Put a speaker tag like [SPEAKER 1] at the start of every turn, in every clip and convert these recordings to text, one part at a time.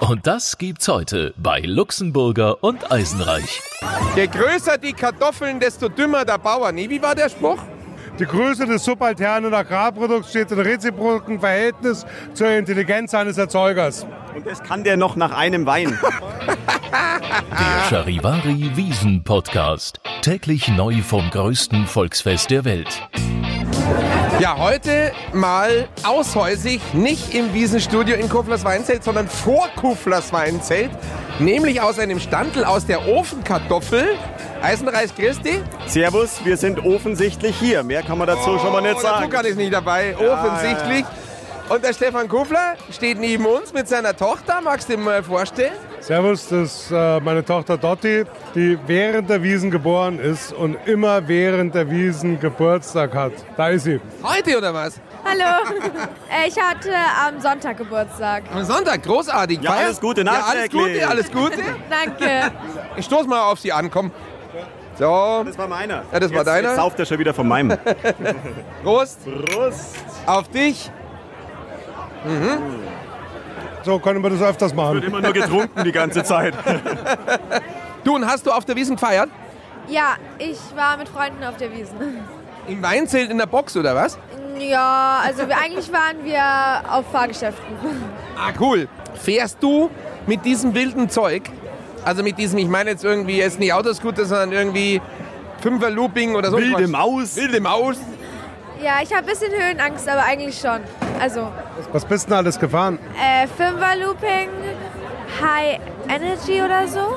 [SPEAKER 1] Und das gibt's heute bei Luxemburger und Eisenreich.
[SPEAKER 2] Je größer die Kartoffeln, desto dümmer der Bauer. Nee, wie war der Spruch?
[SPEAKER 3] Die Größe des subalternen Agrarprodukts steht in reziproken Verhältnis zur Intelligenz seines Erzeugers.
[SPEAKER 4] Und das kann der noch nach einem Wein.
[SPEAKER 1] Der Charivari Wiesen Podcast. Täglich neu vom größten Volksfest der Welt.
[SPEAKER 2] Ja, heute mal aushäusig, nicht im Wiesenstudio in Kuflers Weinzelt, sondern vor Kuflers Weinzelt. Nämlich aus einem Standel aus der Ofenkartoffel. Eisenreis Christi.
[SPEAKER 4] Servus, wir sind offensichtlich hier. Mehr kann man dazu schon mal nicht
[SPEAKER 2] dazu
[SPEAKER 4] sagen.
[SPEAKER 2] kann ich Oh, nicht dabei, offensichtlich. Und der Stefan Kufler steht neben uns mit seiner Tochter. Magst du ihm mal vorstellen?
[SPEAKER 3] Servus, das ist äh, meine Tochter Dotti, die während der Wiesen geboren ist und immer während der Wiesen Geburtstag hat. Da ist sie.
[SPEAKER 2] Heute oder was?
[SPEAKER 5] Hallo. Äh, Ich hatte am Sonntag Geburtstag.
[SPEAKER 2] Am Sonntag, großartig.
[SPEAKER 4] Ja,
[SPEAKER 2] Feier-
[SPEAKER 4] alles Gute,
[SPEAKER 2] ja, alles
[SPEAKER 4] nachträglich.
[SPEAKER 2] Gute, alles Gute.
[SPEAKER 5] Danke.
[SPEAKER 2] Ich stoß mal auf sie an, komm. So,
[SPEAKER 4] Das war meiner.
[SPEAKER 2] Ja, das war
[SPEAKER 4] jetzt,
[SPEAKER 2] deiner.
[SPEAKER 4] Jetzt sauft er schon wieder von meinem.
[SPEAKER 2] Prost
[SPEAKER 4] Prost.
[SPEAKER 2] auf dich.
[SPEAKER 3] So können wir das öfters
[SPEAKER 4] Wird
[SPEAKER 3] machen.
[SPEAKER 4] immer nur getrunken die ganze Zeit.
[SPEAKER 2] Du, und hast du auf der Wiesn gefeiert?
[SPEAKER 5] Ja, ich war mit Freunden auf der Wiesn.
[SPEAKER 2] Im Weinzelt in der Box oder was?
[SPEAKER 5] Ja, also wir, eigentlich waren wir auf Fahrgeschäften.
[SPEAKER 2] Ah, cool. Fährst du mit diesem wilden Zeug, also mit diesem, ich meine jetzt irgendwie, jetzt nicht Autoscooter, sondern irgendwie Fünfer-Looping oder so.
[SPEAKER 4] Wilde
[SPEAKER 2] Quatsch.
[SPEAKER 4] Maus.
[SPEAKER 2] Wilde Maus.
[SPEAKER 5] Ja, ich habe ein bisschen Höhenangst, aber eigentlich schon. Also,
[SPEAKER 3] Was bist denn alles gefahren?
[SPEAKER 5] äh, Fünfer-Looping, High Energy oder so.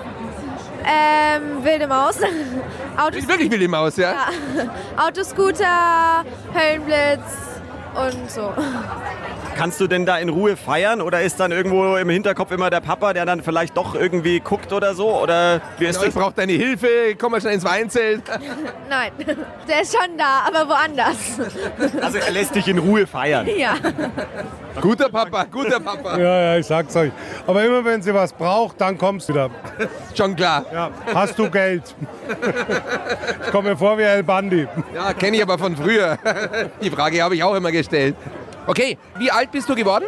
[SPEAKER 5] Ähm, wilde Maus. Autos
[SPEAKER 2] Ist wirklich Wilde Maus, ja?
[SPEAKER 5] Autoscooter, Höllenblitz und so.
[SPEAKER 4] Kannst du denn da in Ruhe feiern oder ist dann irgendwo im Hinterkopf immer der Papa, der dann vielleicht doch irgendwie guckt oder so? Oder wie ist
[SPEAKER 2] Ich
[SPEAKER 4] das?
[SPEAKER 2] brauche deine Hilfe, komm mal schnell ins Weinzelt.
[SPEAKER 5] Nein, der ist schon da, aber woanders.
[SPEAKER 2] Genau.
[SPEAKER 4] Also er lässt dich in Ruhe feiern.
[SPEAKER 5] Ja.
[SPEAKER 2] Guter Papa, guter Papa.
[SPEAKER 3] Ja, ja, ich sag's euch. Aber immer wenn sie was braucht, dann kommst du wieder.
[SPEAKER 2] Schon klar.
[SPEAKER 3] Ja, hast du Geld? Ich komme mir vor wie El Bandi.
[SPEAKER 2] Ja, kenne ich aber von früher. Die Frage habe ich auch immer gestellt. Okay, wie alt bist du geworden?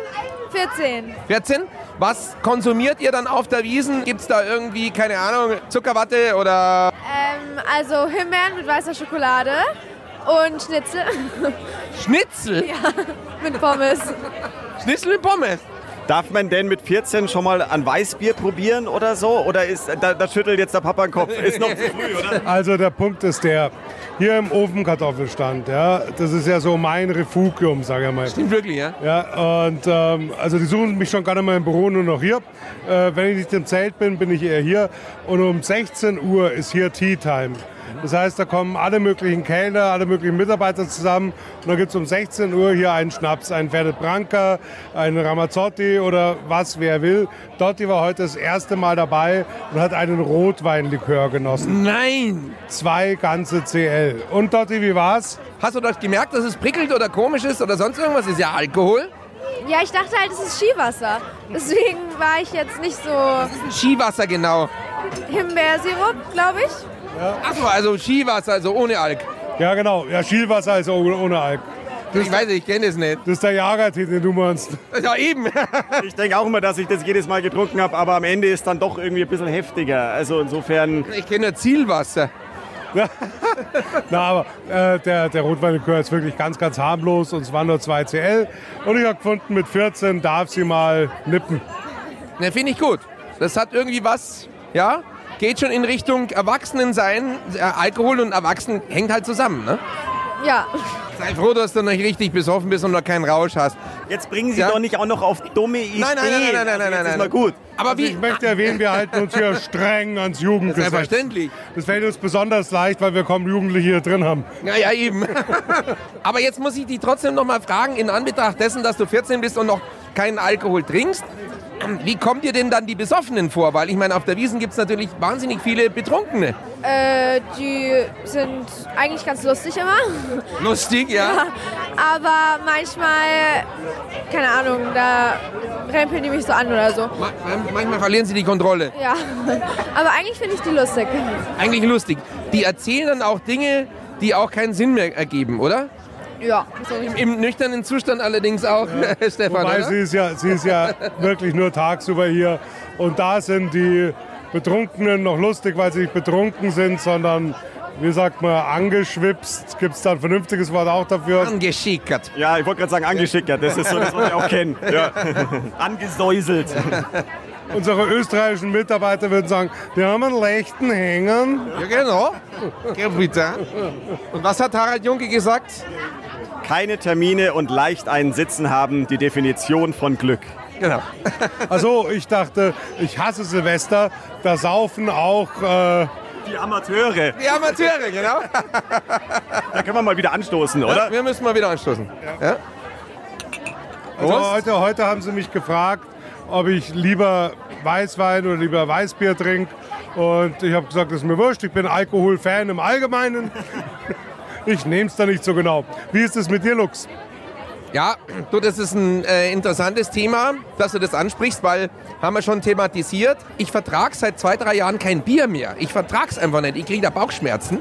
[SPEAKER 5] 14.
[SPEAKER 2] 14? Was konsumiert ihr dann auf der Wiesen? Gibt es da irgendwie, keine Ahnung, Zuckerwatte oder
[SPEAKER 5] Ähm, also Himbeeren mit weißer Schokolade und Schnitzel
[SPEAKER 2] Schnitzel?
[SPEAKER 5] mit Pommes.
[SPEAKER 2] Schnitzel mit Pommes.
[SPEAKER 4] Darf man denn mit 14 schon mal an Weißbier probieren oder so? Oder ist da, da schüttelt jetzt der Papa den Kopf? Ist noch zu früh, oder?
[SPEAKER 3] Also der Punkt ist der, hier im Ofenkartoffelstand, ja, das ist ja so mein Refugium, sag ich mal.
[SPEAKER 2] Stimmt wirklich, ja?
[SPEAKER 3] Ja, und ähm, also die suchen mich schon gar nicht mehr im Büro, nur noch hier. Äh, wenn ich nicht im Zelt bin, bin ich eher hier. Und um 16 Uhr ist hier Tea Time. Das heißt, da kommen alle möglichen Kellner, alle möglichen Mitarbeiter zusammen. Und dann gibt es um 16 Uhr hier einen Schnaps, einen Fernet Branca, einen Ramazzotti oder was wer will. Dotti war heute das erste Mal dabei und hat einen Rotweinlikör genossen.
[SPEAKER 2] Nein!
[SPEAKER 3] Zwei ganze CL. Und Dotti, wie war's?
[SPEAKER 2] Hast du doch gemerkt, dass es prickelt oder komisch ist oder sonst irgendwas? Ist ja Alkohol.
[SPEAKER 5] Ja, ich dachte halt, es ist Skiwasser. Deswegen war ich jetzt nicht so
[SPEAKER 2] Skiwasser genau.
[SPEAKER 5] Himbeersirup, glaube ich.
[SPEAKER 2] Achso, also Skiwasser, also ohne Alk.
[SPEAKER 3] Ja, genau. Ja, Schielwasser ist ohne ohne Alk.
[SPEAKER 2] Ich weiß, ich kenne es nicht.
[SPEAKER 3] Das ist der Jagertitel, den du meinst.
[SPEAKER 2] Ja, eben.
[SPEAKER 4] Ich denke auch immer, dass ich das jedes Mal getrunken habe, aber am Ende ist dann doch irgendwie ein bisschen heftiger. Also insofern,
[SPEAKER 2] Ich kenne nur Zielwasser.
[SPEAKER 3] Na, aber äh, der, der Rotweinlikör ist wirklich ganz, ganz harmlos und es waren nur 2 CL. Und ich habe gefunden, mit 14 darf sie mal nippen.
[SPEAKER 2] Ne, finde ich gut. Das hat irgendwie was, ja? Geht schon in Richtung Erwachsenensein. Äh, Alkohol und Erwachsenen hängt halt zusammen, ne?
[SPEAKER 5] Ja.
[SPEAKER 2] Sei froh, dass du noch nicht richtig besoffen bist und noch keinen Rausch hast.
[SPEAKER 4] jetzt bringen Sie
[SPEAKER 2] Ja?
[SPEAKER 4] doch nicht auch noch auf dumme Ideen.
[SPEAKER 2] nein, nein, nein, nein, nein,
[SPEAKER 4] also
[SPEAKER 2] nein,
[SPEAKER 4] jetzt
[SPEAKER 2] nein.
[SPEAKER 4] Ist mal gut.
[SPEAKER 2] Aber
[SPEAKER 3] Also
[SPEAKER 2] wie?
[SPEAKER 3] ich möchte erwähnen, wir halten uns hier streng ans Jugendgesetz.
[SPEAKER 2] Selbstverständlich.
[SPEAKER 3] Das fällt uns besonders leicht, weil wir kaum Jugendliche hier drin haben.
[SPEAKER 2] Ja, ja, eben. Aber jetzt muss ich dich trotzdem noch mal fragen, in Anbetracht dessen, dass du 14 bist und noch keinen Alkohol trinkst, wie kommt dir denn dann die Besoffenen vor? Weil ich meine, auf der Wiesen gibt es natürlich wahnsinnig viele Betrunkene.
[SPEAKER 5] Äh, die sind eigentlich ganz lustig immer.
[SPEAKER 2] Lustig, ja.
[SPEAKER 5] Aber manchmal, keine Ahnung, da rempeln die mich so an oder so.
[SPEAKER 2] Ma- man- Manchmal verlieren sie die Kontrolle.
[SPEAKER 5] Ja. Aber eigentlich finde ich die lustig.
[SPEAKER 2] Eigentlich lustig. Die erzählen dann auch Dinge, die auch keinen Sinn mehr ergeben, oder?
[SPEAKER 5] Ja, so richtig.
[SPEAKER 2] Im nüchternen Zustand allerdings auch, Stefan.
[SPEAKER 3] Wobei
[SPEAKER 2] Oder?
[SPEAKER 3] sie ist, ja, sie ist ja wirklich nur tagsüber hier. Und da sind die Betrunkenen noch lustig, weil sie nicht betrunken sind, sondern, wie sagt man, angeschwipst. Gibt es da ein vernünftiges Wort auch dafür?
[SPEAKER 2] Angeschickert.
[SPEAKER 4] Ja, ich wollte gerade sagen, angeschickert. Das ist so, das, was ich auch kenne. Ja. Angesäuselt.
[SPEAKER 3] Unsere österreichischen Mitarbeiter würden sagen, die haben einen leichten Hängen.
[SPEAKER 2] Ja, genau. Gell, bitte. Und was hat Harald Junke gesagt?
[SPEAKER 4] Keine Termine und leicht einen Sitzen haben, die Definition von Glück.
[SPEAKER 2] Genau.
[SPEAKER 3] Also ich dachte, ich hasse Silvester, da saufen auch... Äh,
[SPEAKER 4] Die Amateure.
[SPEAKER 2] Die Amateure, genau.
[SPEAKER 4] Da können wir mal wieder anstoßen, oder?
[SPEAKER 2] Wir müssen mal wieder anstoßen. Ja.
[SPEAKER 3] also
[SPEAKER 2] Prost.
[SPEAKER 3] heute, heute haben sie mich gefragt, ob ich lieber Weißwein oder lieber Weißbier trinke. Und ich habe gesagt, das ist mir wurscht, ich bin Alkoholfan im Allgemeinen. Ich nehme es da nicht so genau. Wie ist es mit dir, Lux?
[SPEAKER 2] Ja, du, das ist ein äh, interessantes Thema, dass du das ansprichst, weil haben wir schon thematisiert. Ich vertrag seit zwei, drei Jahren kein Bier mehr. Ich vertrag's einfach nicht. Ich kriege da Bauchschmerzen.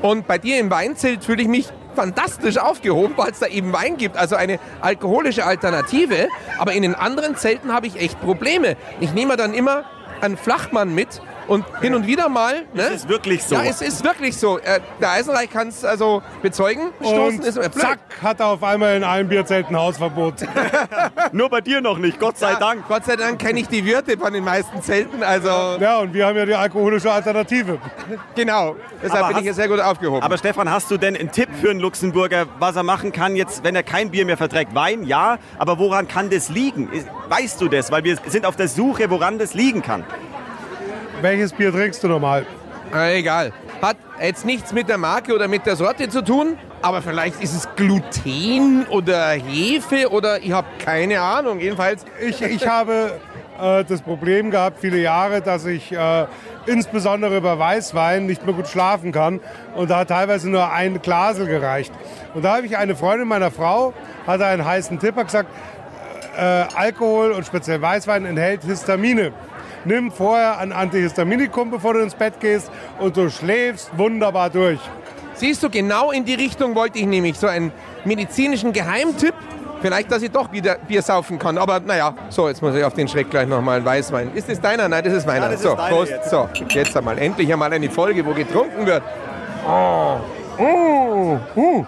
[SPEAKER 2] Und bei dir im Weinzelt fühle ich mich fantastisch aufgehoben, weil es da eben Wein gibt. Also eine alkoholische Alternative. Aber in den anderen Zelten habe ich echt Probleme. Ich nehme dann immer einen Flachmann mit und hin und wieder mal. Ne?
[SPEAKER 4] Das ist wirklich so.
[SPEAKER 2] Ja, es ist wirklich so. Äh, Der Eisenreich kann es also bezeugen. Stoßen
[SPEAKER 3] Und
[SPEAKER 2] ist immer blöd.
[SPEAKER 3] zack, hat er auf einmal in allen Bierzelten Hausverbot.
[SPEAKER 4] Nur bei dir noch nicht, Gott sei Dank.
[SPEAKER 2] Gott sei Dank kenne ich die Wirte von den meisten Zelten, also
[SPEAKER 3] Ja, und wir haben ja die alkoholische Alternative.
[SPEAKER 2] genau. Deshalb
[SPEAKER 4] Aber
[SPEAKER 2] bin ich
[SPEAKER 4] hast-
[SPEAKER 2] hier sehr gut aufgehoben.
[SPEAKER 4] Aber Stefan, hast du denn einen Tipp für einen Luxemburger, was er machen kann jetzt, wenn er kein Bier mehr verträgt? Wein, ja, aber woran kann das liegen? Ist- Weißt du das? Weil wir sind auf der Suche, woran das liegen kann.
[SPEAKER 3] Welches Bier trinkst du normal?
[SPEAKER 2] Aber Äh, egal. Hat jetzt nichts mit der Marke oder mit der Sorte zu tun, aber vielleicht ist es Gluten oder Hefe oder ich habe keine Ahnung. Jedenfalls,
[SPEAKER 3] ich, ich habe äh, das Problem gehabt, viele Jahre, dass ich äh, insbesondere bei Weißwein nicht mehr gut schlafen kann. Und da hat teilweise nur ein Glasel gereicht. Und da habe ich eine Freundin meiner Frau, hatte einen heißen Tipp, hat gesagt, äh, Alkohol und speziell Weißwein enthält Histamine. Nimm vorher ein Antihistaminikum, bevor du ins Bett gehst und du schläfst wunderbar durch.
[SPEAKER 2] siehst du, genau in die Richtung wollte ich nämlich so einen medizinischen Geheimtipp. Vielleicht, dass ich doch wieder Bier saufen kann. Aber naja, so, jetzt muss ich auf den Schreck gleich nochmal einen Weißwein. Ist das deiner? Nein, das ist meiner.
[SPEAKER 4] Ja, das ist
[SPEAKER 2] so,
[SPEAKER 4] deiner
[SPEAKER 2] Prost.
[SPEAKER 4] jetzt.
[SPEAKER 2] So, jetzt einmal. Endlich einmal eine Folge, wo getrunken wird. Oh. Oh. Uh.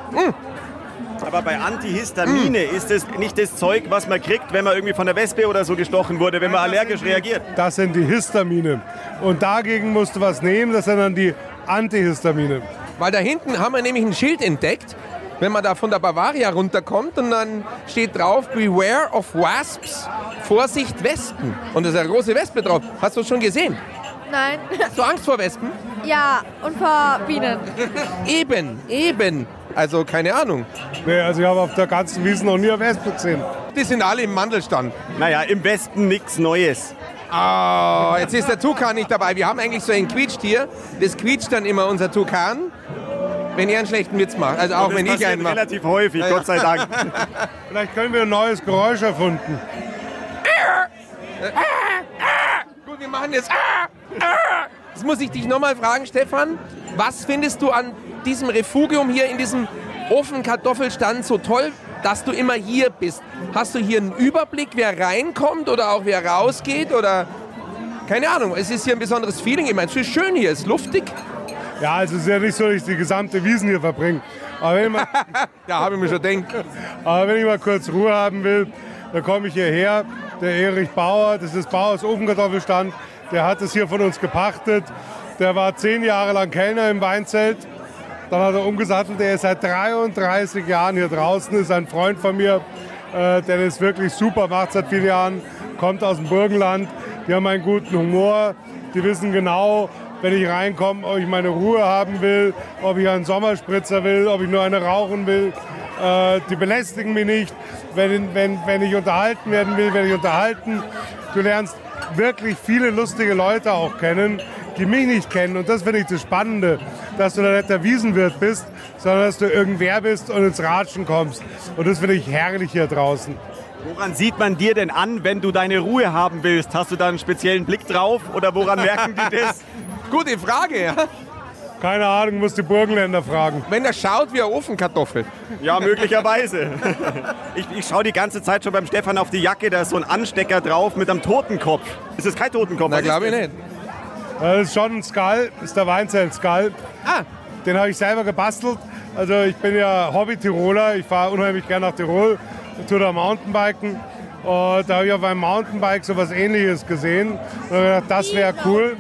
[SPEAKER 4] Aber bei Antihistamine ist es nicht das Zeug, was man kriegt, wenn man irgendwie von der Wespe oder so gestochen wurde, wenn man allergisch reagiert.
[SPEAKER 3] Das sind die Histamine. Und dagegen musst du was nehmen, das sind dann die Antihistamine.
[SPEAKER 2] Weil da hinten haben wir nämlich ein Schild entdeckt, wenn man da von der Bavaria runterkommt und dann steht drauf, Beware of Wasps, Vorsicht Wespen. Und da ist eine große Wespe drauf. Hast du es schon gesehen?
[SPEAKER 5] Nein.
[SPEAKER 2] Hast du Angst vor Wespen?
[SPEAKER 5] Ja, und vor Bienen.
[SPEAKER 2] Eben, eben. Also keine Ahnung.
[SPEAKER 3] Nee, also ich habe auf der ganzen Wiese noch nie auf Wespe gesehen.
[SPEAKER 2] Die sind alle im Mandelstand.
[SPEAKER 4] Naja, im Westen nichts Neues.
[SPEAKER 2] Ah, jetzt ist der Tukan nicht dabei. Wir haben eigentlich so ein Quietschtier. Das quietscht dann immer unser Tukan, wenn er einen schlechten Witz macht. Also auch
[SPEAKER 4] das
[SPEAKER 2] wenn ich
[SPEAKER 4] passiert
[SPEAKER 2] einen mache.
[SPEAKER 4] relativ häufig, Gott sei Dank.
[SPEAKER 3] Vielleicht können wir ein neues Geräusch erfunden.
[SPEAKER 2] Gut, wir machen jetzt. Ah, ah. Jetzt muss ich dich nochmal fragen, Stefan. Was findest du an diesem Refugium hier in diesem Ofenkartoffelstand so toll, dass du immer hier bist? Hast du hier einen Überblick, wer reinkommt oder auch wer rausgeht oder? Keine Ahnung, es ist hier ein besonderes Feeling. Ich meine, es ist schön hier, es ist luftig.
[SPEAKER 3] Ja, also es ist ja nicht so, dass ich die gesamte Wiesen hier verbringe. Aber wenn, ich mal,
[SPEAKER 2] Ja, habe ich mir schon gedacht.
[SPEAKER 3] aber wenn ich mal kurz Ruhe haben will, dann komme ich hierher. Der Erich Bauer, das ist Bauers Ofenkartoffelstand, der hat es hier von uns gepachtet. Der war zehn Jahre lang Kellner im Weinzelt. Dann hat er umgesattelt, der ist seit 33 Jahren hier draußen, ist ein Freund von mir, äh, der das wirklich super macht seit vielen Jahren, kommt aus dem Burgenland, die haben einen guten Humor, die wissen genau, wenn ich reinkomme, ob ich meine Ruhe haben will, ob ich einen Sommerspritzer will, ob ich nur eine rauchen will. Äh, die belästigen mich nicht, wenn, wenn, wenn ich unterhalten werden will, werde ich unterhalten. Du lernst wirklich viele lustige Leute auch kennen, die mich nicht kennen. Und das finde ich das Spannende, dass du da nicht der Wiesenwirt bist, sondern dass du irgendwer bist und ins Ratschen kommst. Und das finde ich herrlich hier draußen.
[SPEAKER 4] Woran sieht man dir denn an, wenn du deine Ruhe haben willst? Hast du da einen speziellen Blick drauf oder woran merken die das?
[SPEAKER 2] Gute Frage, ja.
[SPEAKER 3] Keine Ahnung, muss die Burgenländer fragen.
[SPEAKER 2] Wenn er schaut wie eine Ofenkartoffel.
[SPEAKER 4] Ja, möglicherweise. Ich, ich schaue die ganze Zeit schon beim Stefan auf die Jacke, da ist so ein Anstecker drauf mit einem Totenkopf. Ist das kein Totenkopf?
[SPEAKER 2] Na,
[SPEAKER 4] Was ist
[SPEAKER 2] glaube ich
[SPEAKER 4] das?
[SPEAKER 2] nicht.
[SPEAKER 3] Das ist schon ein Skull, das ist der Weinzell Skull.
[SPEAKER 2] Ah,
[SPEAKER 3] Den habe ich selber gebastelt. Also ich bin ja Hobby-Tiroler, ich fahre unheimlich gern nach Tirol, tue da Mountainbiken. Und da habe ich auf einem Mountainbike so was ähnliches gesehen. Und hab gedacht, das wäre
[SPEAKER 5] Genau.
[SPEAKER 3] cool.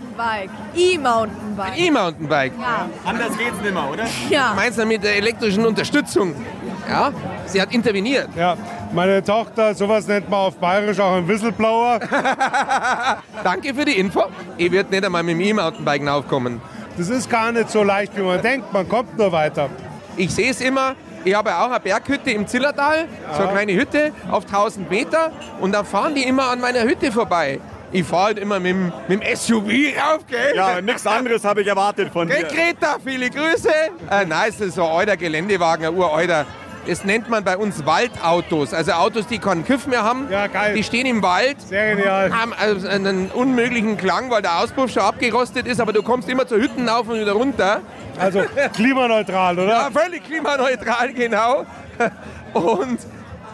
[SPEAKER 5] E-Mountainbike. E-Mountainbike.
[SPEAKER 2] E-Mountainbike.
[SPEAKER 5] ja.
[SPEAKER 4] Anders geht's nicht mehr, oder?
[SPEAKER 5] ja.
[SPEAKER 2] Meinst du mit der elektrischen Unterstützung? Ja, sie hat interveniert.
[SPEAKER 3] Ja, meine Tochter, sowas nennt man auf Bayerisch auch ein Whistleblower.
[SPEAKER 2] Danke für die Info. Ich werde nicht einmal mit dem E-Mountainbiken aufkommen.
[SPEAKER 3] Das ist gar nicht so leicht, wie man denkt. Man kommt nur weiter.
[SPEAKER 2] Ich sehe es immer. Ich habe ja auch eine Berghütte im Zillertal, so eine kleine Hütte auf 1000 Meter. Und dann fahren die immer an meiner Hütte vorbei. Ich fahre halt immer mit, dem- mit dem SUV rauf, gell?
[SPEAKER 4] Ja, nichts anderes habe ich erwartet von
[SPEAKER 2] Gell,
[SPEAKER 4] dir.
[SPEAKER 2] Greta, viele Grüße. Äh, nein, es ist so ein alter Geländewagen, ein uralter. Das nennt man bei uns Waldautos. Also Autos, die keinen Kiff mehr haben.
[SPEAKER 3] Ja, geil.
[SPEAKER 2] Die stehen im Wald.
[SPEAKER 3] Sehr genial.
[SPEAKER 2] haben also einen unmöglichen Klang, weil der Auspuff schon abgerostet ist, aber du kommst immer zur Hütten auf und wieder runter.
[SPEAKER 3] Also klimaneutral, oder?
[SPEAKER 2] Ja, völlig klimaneutral, genau. Und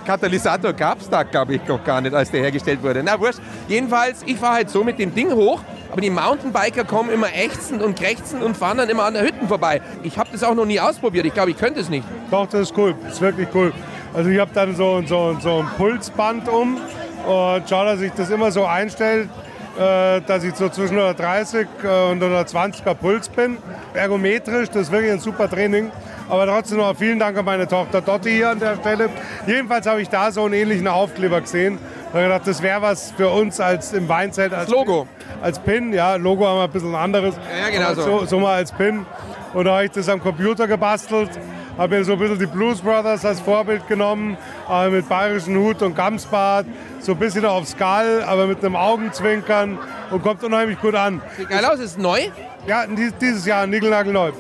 [SPEAKER 2] Katalysator gab es da, glaube ich, noch gar nicht, als der hergestellt wurde. Na wurscht. Jedenfalls, ich fahre halt so mit dem Ding hoch, aber die Mountainbiker kommen immer ächzend und krächzend und fahren dann immer an der Hütten vorbei. Ich habe das auch noch nie ausprobiert. Ich glaube, ich könnte es nicht.
[SPEAKER 3] Doch, das ist cool. Das ist wirklich cool. Also ich habe dann so, so, so ein Pulsband um und schaue, dass ich das immer so einstelle, äh, dass ich so zwischen 130 und 120er Puls bin. Ergometrisch, das ist wirklich ein super Training. Aber trotzdem noch vielen Dank an meine Tochter Dotti hier an der Stelle. Jedenfalls habe ich da so einen ähnlichen Aufkleber gesehen. Da habe ich gedacht, das wäre was für uns als im Weinzelt. Als
[SPEAKER 2] Das Logo.
[SPEAKER 3] Als Pin, ja, Logo haben wir ein bisschen anderes.
[SPEAKER 2] Ja, ja, genau
[SPEAKER 3] Aber
[SPEAKER 2] so.
[SPEAKER 3] so. So mal als Pin. Und da habe ich das am Computer gebastelt, habe mir so ein bisschen die Blues Brothers als Vorbild genommen, aber mit bayerischen Hut und Gamsbart, so ein bisschen auf Skal, aber mit einem Augenzwinkern und kommt unheimlich gut an.
[SPEAKER 2] Sieht geil aus, ist neu.
[SPEAKER 3] Ja, dies- dieses Jahr nickelnagelneu.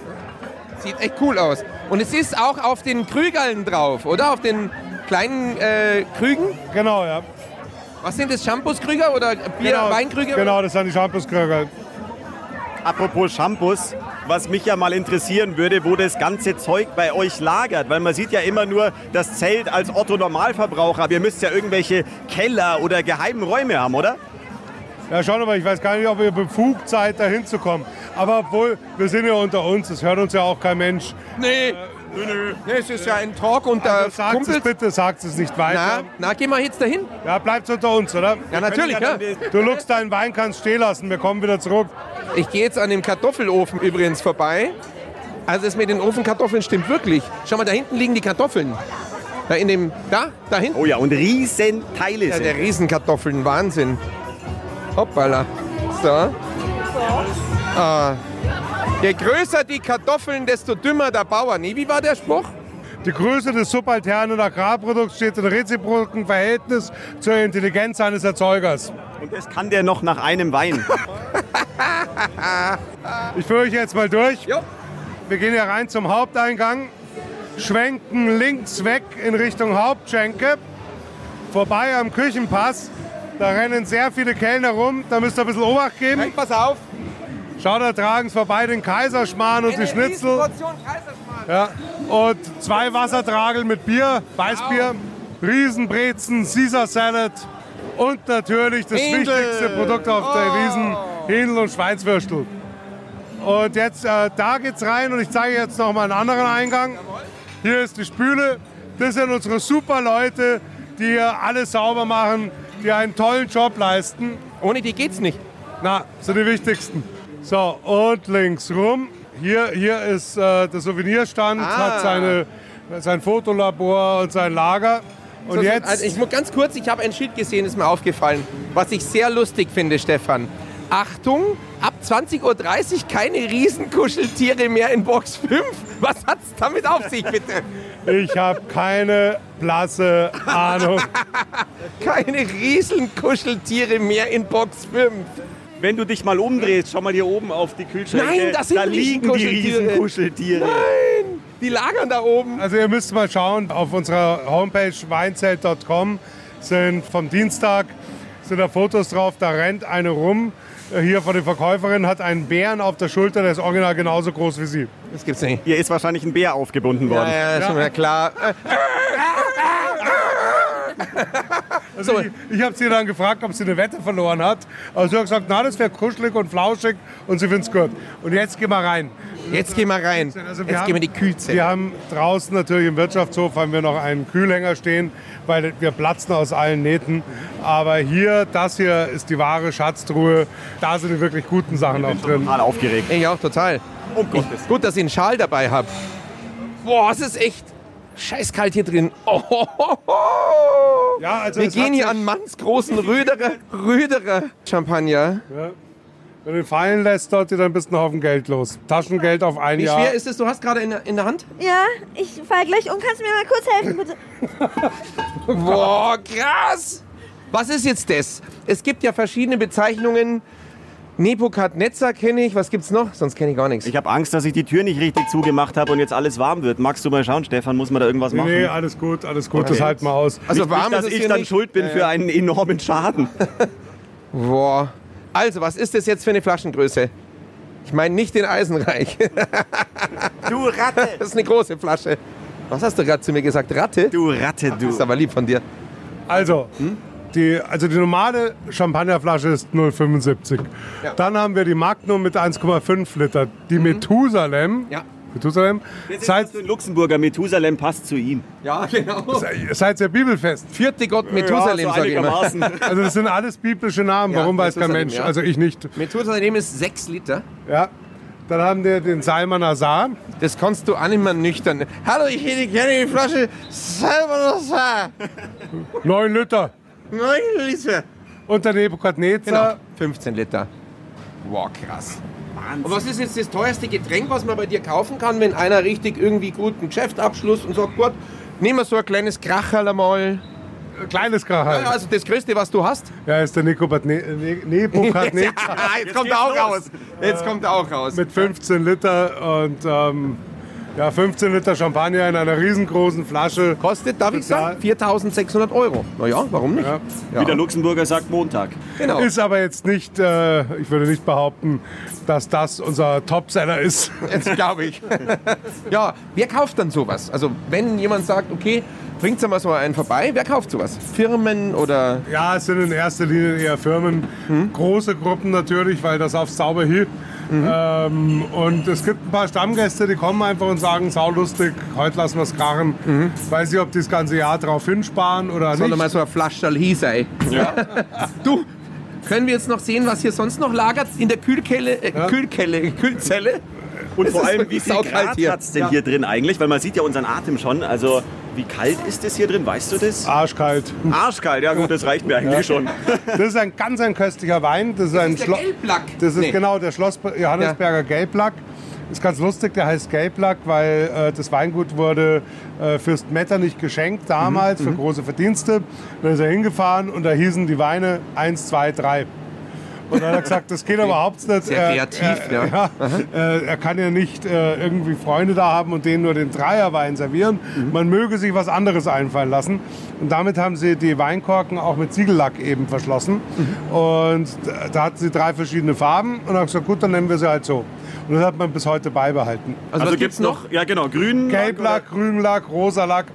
[SPEAKER 2] Sieht echt cool aus. Und es ist auch auf den Krügeln drauf, oder? Auf den kleinen äh, Krügen.
[SPEAKER 3] Genau, ja.
[SPEAKER 2] Was sind das? Shampoos-Krüger oder Bier,
[SPEAKER 3] Genau,
[SPEAKER 2] Weinkrüger?
[SPEAKER 3] Genau, das sind die Shampoos-Kröger.
[SPEAKER 4] Apropos Shampoos, was mich ja mal interessieren würde, wo das ganze Zeug bei euch lagert. Weil man sieht ja immer nur das Zelt als Otto-Normalverbraucher. Aber ihr müsst ja irgendwelche Keller oder geheimen Räume haben, oder?
[SPEAKER 3] Ja, schon, aber ich weiß gar nicht, ob ihr befugt seid, da hinzukommen. Aber obwohl, wir sind ja unter uns, es hört uns ja auch kein Mensch.
[SPEAKER 2] Nee. Nee, es ist ja ein Talk unter
[SPEAKER 3] Äh, Also sagt es
[SPEAKER 2] Äh, Kumpels.
[SPEAKER 3] bitte, sagt es nicht
[SPEAKER 2] Na,
[SPEAKER 3] weiter.
[SPEAKER 2] na, geh mal jetzt dahin.
[SPEAKER 3] Ja, bleibt unter uns, oder?
[SPEAKER 2] Ja, natürlich, ja.
[SPEAKER 4] Können wir dann
[SPEAKER 3] Du luchst deinen Wein, kannst stehen lassen. Wir kommen wieder zurück.
[SPEAKER 2] Ich gehe jetzt an dem Kartoffelofen übrigens vorbei. Also das mit den Ofenkartoffeln stimmt wirklich. Schau mal, da hinten liegen die Kartoffeln. Da in dem, da, da hinten.
[SPEAKER 4] Oh ja, und riesen Teile
[SPEAKER 2] Oh, Ja,
[SPEAKER 4] sind.
[SPEAKER 2] der Riesenkartoffeln, Wahnsinn. Hoppala. So. Ah. Je größer die Kartoffeln, desto dümmer der Bauer. Nee, wie war der Spruch?
[SPEAKER 3] Die Größe des subalternen Agrarprodukts steht in reziproken Verhältnis zur Intelligenz seines Erzeugers.
[SPEAKER 4] und das kann der noch nach einem Wein.
[SPEAKER 3] Ich führe euch jetzt mal durch.
[SPEAKER 2] Jo.
[SPEAKER 3] Wir gehen hier rein zum Haupteingang, schwenken links weg in Richtung Hauptschenke, vorbei am Küchenpass. Da rennen sehr viele Kellner rum, da müsst ihr ein bisschen Obacht geben.
[SPEAKER 2] Hey, pass auf.
[SPEAKER 3] Schaut, da tragen es vorbei den Kaiserschmarrn und die Schnitzel.
[SPEAKER 2] Portion Kaiserschmarrn.
[SPEAKER 3] Ja. Und zwei Wassertragel mit Bier, Weißbier, Riesenbrezen, Caesar Salad und natürlich das
[SPEAKER 2] Händel.
[SPEAKER 3] wichtigste Produkt auf der Wiesen, Händel und Schweinswürstel. Und jetzt, äh, da geht's rein und ich zeige jetzt noch mal einen anderen Eingang. Hier ist die Spüle. Das sind unsere super Leute, die hier alles sauber machen, die einen tollen Job leisten.
[SPEAKER 2] Ohne die geht's nicht.
[SPEAKER 3] Na, sind die wichtigsten. So, und links rum. Hier, hier ist äh, der Souvenirstand,
[SPEAKER 2] Ah.
[SPEAKER 3] hat seine, sein Fotolabor und sein Lager. Und
[SPEAKER 2] So, so,
[SPEAKER 3] jetzt,
[SPEAKER 2] Also ich muss ganz kurz, ich habe ein Schild gesehen, ist mir aufgefallen, was ich sehr lustig finde, Stefan. Achtung, ab 20.30 Uhr keine Riesenkuscheltiere mehr in Box 5. Was hat's damit auf sich, bitte?
[SPEAKER 3] ich habe keine blasse Ahnung.
[SPEAKER 2] Keine Riesenkuscheltiere mehr in Box 5.
[SPEAKER 4] Wenn du dich mal umdrehst, schau mal hier oben auf die Kühlschränke.
[SPEAKER 2] Nein, das sind
[SPEAKER 4] da liegen die
[SPEAKER 2] Riesenkuscheltiere.
[SPEAKER 4] Riesenkuscheltiere.
[SPEAKER 2] Nein, die lagern da oben.
[SPEAKER 3] Also ihr müsst mal schauen, auf unserer Homepage weinzelt.com sind vom Dienstag sind da Fotos drauf, da rennt eine rum. Äh, Hier von der Verkäuferin hat einen Bären auf der Schulter, der ist original genauso groß wie sie.
[SPEAKER 2] Das gibt's nicht.
[SPEAKER 4] Hier ist wahrscheinlich ein Bär aufgebunden worden.
[SPEAKER 2] Ja, ist schon wieder klar.
[SPEAKER 3] Also ich ich habe sie dann gefragt, ob sie eine Wette verloren hat. Also sie hat gesagt, na, das wäre kuschelig und flauschig und sie findet es gut. Und jetzt gehen wir rein.
[SPEAKER 2] Jetzt gehen wir rein.
[SPEAKER 3] Also
[SPEAKER 2] Jetzt
[SPEAKER 3] haben-
[SPEAKER 2] gehen wir in die Kühlzelle.
[SPEAKER 3] Wir haben draußen natürlich im Wirtschaftshof haben wir noch einen Kühlhänger stehen, weil wir platzen aus allen Nähten. Aber hier, das hier ist die wahre Schatztruhe. Da sind die wirklich guten
[SPEAKER 2] Genau.
[SPEAKER 3] Sachen auch drin.
[SPEAKER 4] Total aufgeregt.
[SPEAKER 2] Ich auch total.
[SPEAKER 4] Um Gottes
[SPEAKER 2] Gut, dass ich einen Schal dabei habe. Boah, es ist echt scheißkalt hier drin. Oh, ho, ho, ho.
[SPEAKER 3] Ja, also
[SPEAKER 2] wir
[SPEAKER 3] es
[SPEAKER 2] gehen
[SPEAKER 3] hat
[SPEAKER 2] hier
[SPEAKER 3] sich-
[SPEAKER 2] an Manns großen Rüderer, Rüderer Champagner.
[SPEAKER 3] Wenn du ihn fallen lässt, dort dir dann bist du noch auf Geld los. Taschengeld auf ein
[SPEAKER 2] Wie
[SPEAKER 3] Jahr.
[SPEAKER 2] schwer ist es? Du hast gerade in, der- in der Hand?
[SPEAKER 6] Ja, ich fahr gleich um. Kannst du mir mal kurz helfen, bitte?
[SPEAKER 2] Boah, krass! Was ist jetzt das? Es gibt ja verschiedene Bezeichnungen. Nebukadnezar kenne ich. Was gibt's noch? Sonst kenne ich gar nichts.
[SPEAKER 4] Ich habe Angst, dass ich die Tür nicht richtig zugemacht habe und jetzt alles warm wird. Magst du mal schauen, Stefan? Muss man da irgendwas machen?
[SPEAKER 3] Nee, alles gut, alles gut, das
[SPEAKER 2] Okay.
[SPEAKER 3] halten wir aus.
[SPEAKER 2] also
[SPEAKER 4] nicht,
[SPEAKER 2] warm
[SPEAKER 4] dass
[SPEAKER 2] ist es
[SPEAKER 4] ich
[SPEAKER 2] hier
[SPEAKER 4] dann
[SPEAKER 2] nicht.
[SPEAKER 4] schuld bin für einen enormen Schaden.
[SPEAKER 2] Boah. Also, was ist das jetzt für eine Flaschengröße? Ich meine nicht den Eisenreich.
[SPEAKER 4] Du Ratte!
[SPEAKER 2] Das ist eine große Flasche. Was hast du gerade zu mir gesagt? Ratte?
[SPEAKER 4] Du Ratte, du.
[SPEAKER 2] Das ist aber lieb von dir.
[SPEAKER 3] Also,
[SPEAKER 2] Hm?
[SPEAKER 3] die, also die normale Champagnerflasche ist 0,75. Dann haben wir die Magnum mit 1,5 Liter. Die Methusalem.
[SPEAKER 2] Mhm. Ja.
[SPEAKER 3] Methusalem.
[SPEAKER 4] Das ist
[SPEAKER 3] Seit,
[SPEAKER 4] was für ein Luxemburger Methusalem passt zu ihm.
[SPEAKER 2] Ja, genau.
[SPEAKER 3] seit sehr bibelfest.
[SPEAKER 2] Vierte Gott Methusalem,
[SPEAKER 4] ja, so
[SPEAKER 2] sage ich immer.
[SPEAKER 4] einigermaßen.
[SPEAKER 3] Also das sind alles biblische Namen.
[SPEAKER 2] Ja,
[SPEAKER 3] Warum weiß kein
[SPEAKER 2] Methusalem,
[SPEAKER 3] Mensch?
[SPEAKER 2] ja.
[SPEAKER 3] Also ich nicht.
[SPEAKER 2] Methusalem ist sechs Liter.
[SPEAKER 3] Ja. Dann haben wir den Salman Azar.
[SPEAKER 2] Das kannst du auch nicht mehr nüchtern. Hallo, ich hätte gerne die Flasche Salvador
[SPEAKER 3] 9 Liter.
[SPEAKER 2] 9 Liter.
[SPEAKER 3] Und der
[SPEAKER 2] Genau.
[SPEAKER 3] Nebukadnezar.
[SPEAKER 2] 15 Liter. Wow, krass. Wahnsinn. Und was ist jetzt das teuerste Getränk, was man bei dir kaufen kann, wenn einer richtig irgendwie guten Geschäftsabschluss und sagt, gut, nehmen wir so ein kleines Kracherl mal.
[SPEAKER 3] Kleines Kracher.
[SPEAKER 2] Genau. Ja,
[SPEAKER 3] Ja,
[SPEAKER 2] also das Größte, was du hast.
[SPEAKER 3] ist der Nikobadne- ne- Nebukadnezar.
[SPEAKER 2] jetzt kommt er auch raus. Jetzt kommt er auch raus.
[SPEAKER 3] mit 15 Liter und ähm, ja, 15 Liter Champagner in einer riesengroßen Flasche.
[SPEAKER 2] Kostet, darf ich sagen, 4.600 Euro. Naja, warum nicht?
[SPEAKER 3] Ja.
[SPEAKER 4] Wie der Luxemburger sagt Montag.
[SPEAKER 2] Genau.
[SPEAKER 3] Ist aber jetzt nicht, äh, ich würde nicht behaupten, dass das unser Topseller ist.
[SPEAKER 2] Jetzt glaube ich. ja, wer kauft dann sowas? Also wenn jemand sagt, okay, bringt mal so einen vorbei, wer kauft sowas? Firmen oder...
[SPEAKER 3] Ja, es sind in erster Linie eher Firmen, große Gruppen natürlich, weil das auf sauber hielt. Ähm, und es gibt ein paar Stammgäste, die kommen einfach und sagen, saulustig, heute lassen wir es krachen. Weiß nicht, ob die das ganze Jahr drauf hinsparen oder
[SPEAKER 2] Soll
[SPEAKER 3] nicht.
[SPEAKER 2] mal so ein Flaschall hie sei. du, können wir jetzt noch sehen, was hier sonst noch lagert? In der Kühlkelle, äh, Kühlkelle, Kühlzelle?
[SPEAKER 4] Und
[SPEAKER 2] Es
[SPEAKER 4] vor
[SPEAKER 2] ist
[SPEAKER 4] allem, wie
[SPEAKER 2] wirklich
[SPEAKER 4] viel
[SPEAKER 2] saukalt
[SPEAKER 4] Grad
[SPEAKER 2] hier.
[SPEAKER 4] hat es denn hier drin eigentlich? Weil man sieht ja unseren Atem schon. Also, wie kalt ist es hier drin? Weißt du das?
[SPEAKER 3] Arschkalt.
[SPEAKER 4] Arschkalt, ja Also, gut, das reicht mir eigentlich schon.
[SPEAKER 3] Das ist ein ganz ein köstlicher Wein. Das ist ein
[SPEAKER 2] der
[SPEAKER 3] Schlo-
[SPEAKER 2] Gelblack.
[SPEAKER 3] Das ist
[SPEAKER 2] Nee.
[SPEAKER 3] genau der Schloss Johannesberger Gelblack. Ist ganz lustig, der heißt Gelblack, weil äh, das Weingut wurde äh, Fürst Metternich geschenkt damals
[SPEAKER 2] Mhm,
[SPEAKER 3] für große Verdienste. Dann ist er hingefahren und da hießen die Weine 1, 2, 3. Und dann hat er gesagt, das geht überhaupt nicht.
[SPEAKER 2] Sehr
[SPEAKER 3] Er-
[SPEAKER 2] kreativ,
[SPEAKER 3] er,
[SPEAKER 2] ja.
[SPEAKER 3] äh, er kann ja nicht äh, irgendwie Freunde da haben und denen nur den Dreierwein servieren. Man möge sich was anderes einfallen lassen. Und damit haben sie die Weinkorken auch mit Siegellack eben verschlossen. Und da- da hatten sie drei verschiedene Farben und haben gesagt, gut, dann nennen wir sie halt so. Und das hat man bis heute beibehalten.
[SPEAKER 2] Also, was gibt's noch?
[SPEAKER 4] Ja, genau, grün.
[SPEAKER 3] Gelblack, Grünlack, Rosalack,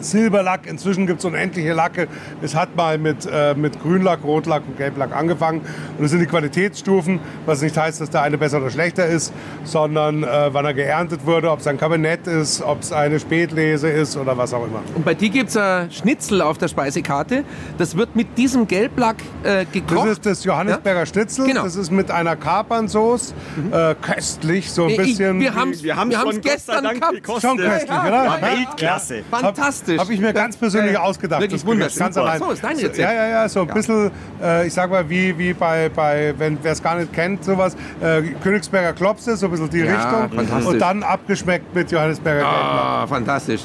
[SPEAKER 3] Silberlack. Inzwischen gibt es unendliche Lacke. Es hat mal mit, äh, mit Grünlack, Rotlack und Gelblack angefangen. Und das sind die Qualitätsstufen, was nicht heißt, dass der eine besser oder schlechter ist, sondern äh, wann er geerntet wurde, ob es ein Kabinett ist, ob es eine Spätlese ist oder was auch immer.
[SPEAKER 2] Und bei dir gibt's ein Schnitzel auf der Speisekarte. Das wird mit diesem Gelblack äh,
[SPEAKER 3] Das
[SPEAKER 2] gekocht.
[SPEAKER 3] ist das Johannesberger Schnitzel.
[SPEAKER 2] Genau. Mhm.
[SPEAKER 3] Das ist mit einer Kapernsoße. Äh, köstlich, so ein
[SPEAKER 2] Ich- ich-
[SPEAKER 3] bisschen.
[SPEAKER 2] wir haben's-
[SPEAKER 4] Wir haben
[SPEAKER 2] Wir
[SPEAKER 4] schon
[SPEAKER 2] haben's gestern
[SPEAKER 4] Gott sei Dank
[SPEAKER 2] gehabt.
[SPEAKER 4] gekostet.
[SPEAKER 3] Schon köstlich, oder?
[SPEAKER 4] genau. Ja, Weltklasse.
[SPEAKER 2] Fantastisch.
[SPEAKER 3] Habe ich mir ganz persönlich ausgedacht.
[SPEAKER 2] Äh, wirklich
[SPEAKER 3] das Gericht.
[SPEAKER 2] wunderschön.
[SPEAKER 3] Ganz
[SPEAKER 2] Super.
[SPEAKER 3] allein.
[SPEAKER 2] So, ist dein Rezept.
[SPEAKER 3] Ja, ja, ja. So ein
[SPEAKER 2] Ja.
[SPEAKER 3] bisschen, äh, ich sag mal, wie, wie bei, bei wenn wer es gar nicht kennt, sowas, äh, Königsberger Klopse, so ein bisschen die
[SPEAKER 2] Ja,
[SPEAKER 3] Richtung.
[SPEAKER 2] fantastisch.
[SPEAKER 3] Und dann abgeschmeckt mit Johannesberger Gelblatt.
[SPEAKER 2] Ah, fantastisch.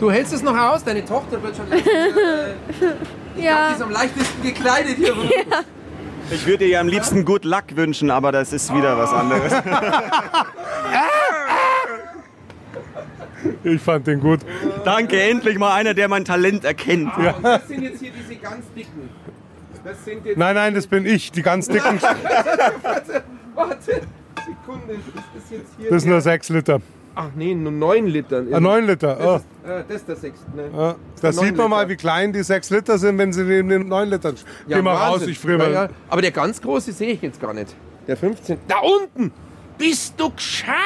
[SPEAKER 2] Du hältst es noch aus, deine Tochter wird schon die ist
[SPEAKER 5] Ja,
[SPEAKER 2] am leichtesten gekleidet hier.
[SPEAKER 4] Ich würde ihr am liebsten Good Luck wünschen, aber das ist wieder was anderes.
[SPEAKER 3] Ich fand den gut.
[SPEAKER 4] Danke, endlich mal einer, der mein Talent erkennt.
[SPEAKER 2] Und das sind jetzt hier diese ganz dicken. Das sind jetzt.
[SPEAKER 3] Nein, nein, das bin ich, die ganz dicken.
[SPEAKER 2] Warte, Sekunde, das ist jetzt hier.
[SPEAKER 3] Das sind nur 6 Liter.
[SPEAKER 2] Ach nee, nur 9 Liter.
[SPEAKER 3] Ah, 9 Liter.
[SPEAKER 2] Das
[SPEAKER 3] Oh.
[SPEAKER 2] ist, äh, das ist der sechste. Ne?
[SPEAKER 3] Ja,
[SPEAKER 2] der
[SPEAKER 3] da sieht man
[SPEAKER 2] Neunliter.
[SPEAKER 3] mal, wie klein die 6 Liter sind, wenn sie neben den 9 Litern. Ja, Geh mal raus,
[SPEAKER 2] Wahnsinn.
[SPEAKER 3] ich friere mal.
[SPEAKER 2] Ja, ja. Aber der ganz große sehe ich jetzt gar nicht. Der 15. Da unten! Bist du gescheit?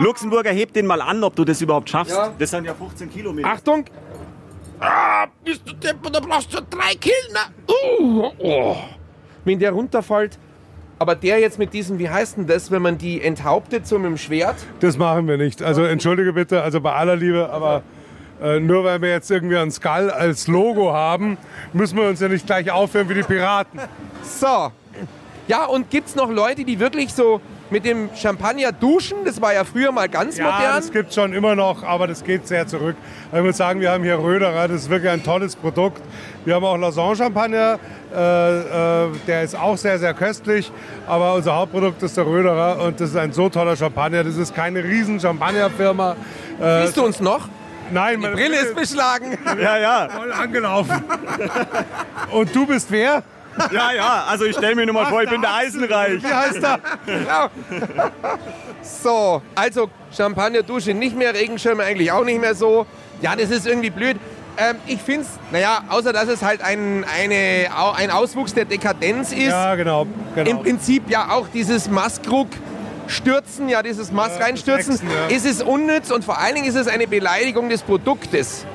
[SPEAKER 4] Luxemburger, heb den mal an, ob du das überhaupt schaffst.
[SPEAKER 2] Ja.
[SPEAKER 4] Das sind ja 15 Kilometer.
[SPEAKER 2] Achtung! Ah, bist du Tempo, da brauchst du drei Killner. Uh, oh. Wenn der runterfällt, aber der jetzt mit diesem, wie heißt denn das, wenn man die enthauptet so mit dem Schwert?
[SPEAKER 3] Das machen wir nicht. Also entschuldige bitte, also bei aller Liebe, aber äh, nur weil wir jetzt irgendwie einen Skull als Logo haben, müssen wir uns ja nicht gleich aufhören wie die Piraten.
[SPEAKER 2] So. Ja, und gibt's noch Leute, die wirklich so mit dem Champagner duschen? Das war ja früher mal ganz
[SPEAKER 3] Ja,
[SPEAKER 2] modern.
[SPEAKER 3] das gibt schon immer noch, aber das geht sehr zurück. Also ich muss sagen, wir haben hier Röderer, das ist wirklich ein tolles Produkt. Wir haben auch Lausanne-Champagner, äh, äh, der ist auch sehr, sehr köstlich, aber unser Hauptprodukt ist der Röderer und das ist ein so toller Champagner. Das ist keine riesen Champagnerfirma. Äh,
[SPEAKER 2] Siehst du uns noch?
[SPEAKER 3] nein,
[SPEAKER 2] Die
[SPEAKER 3] meine
[SPEAKER 2] Brille ist beschlagen.
[SPEAKER 4] Ja, ja,
[SPEAKER 3] voll angelaufen. und du bist wer?
[SPEAKER 4] ja, ja. Also ich stelle mir nur mal vor, ich bin der Eisenreich.
[SPEAKER 3] Wie heißt er?
[SPEAKER 2] Genau. So, also Champagnerdusche nicht mehr, Regenschirme eigentlich auch nicht mehr so. Ja, das ist irgendwie blöd. Ähm, ich finde es, naja, außer dass es halt ein, eine, au- ein Auswuchs der Dekadenz ist,
[SPEAKER 3] Ja, genau.
[SPEAKER 2] im
[SPEAKER 3] genau.
[SPEAKER 2] Prinzip ja auch dieses Maskrug. Stürzen, ja, dieses Mass
[SPEAKER 3] Ja,
[SPEAKER 2] reinstürzen,
[SPEAKER 3] das Hexen, ja.
[SPEAKER 2] ist es unnütz und vor allen Dingen ist es eine Beleidigung des Produktes.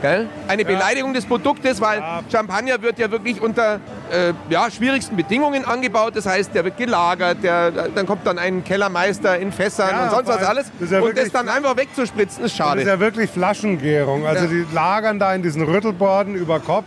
[SPEAKER 2] Gell? Eine Beleidigung des Produktes, weil
[SPEAKER 3] Ja.
[SPEAKER 2] Champagner wird ja wirklich unter äh, ja, schwierigsten Bedingungen angebaut. Das heißt, der wird gelagert, der, dann kommt dann ein Kellermeister in Fässern
[SPEAKER 3] Ja,
[SPEAKER 2] und sonst
[SPEAKER 3] vor
[SPEAKER 2] was
[SPEAKER 3] allem,
[SPEAKER 2] alles.
[SPEAKER 3] das ist ja
[SPEAKER 2] und
[SPEAKER 3] wirklich- ne
[SPEAKER 2] das dann einfach wegzuspritzen, ist
[SPEAKER 3] Das
[SPEAKER 2] schade.
[SPEAKER 3] ist ja wirklich Flaschengärung. Also
[SPEAKER 2] Ja.
[SPEAKER 3] die lagern da in diesen Rüttelborden über Kopf,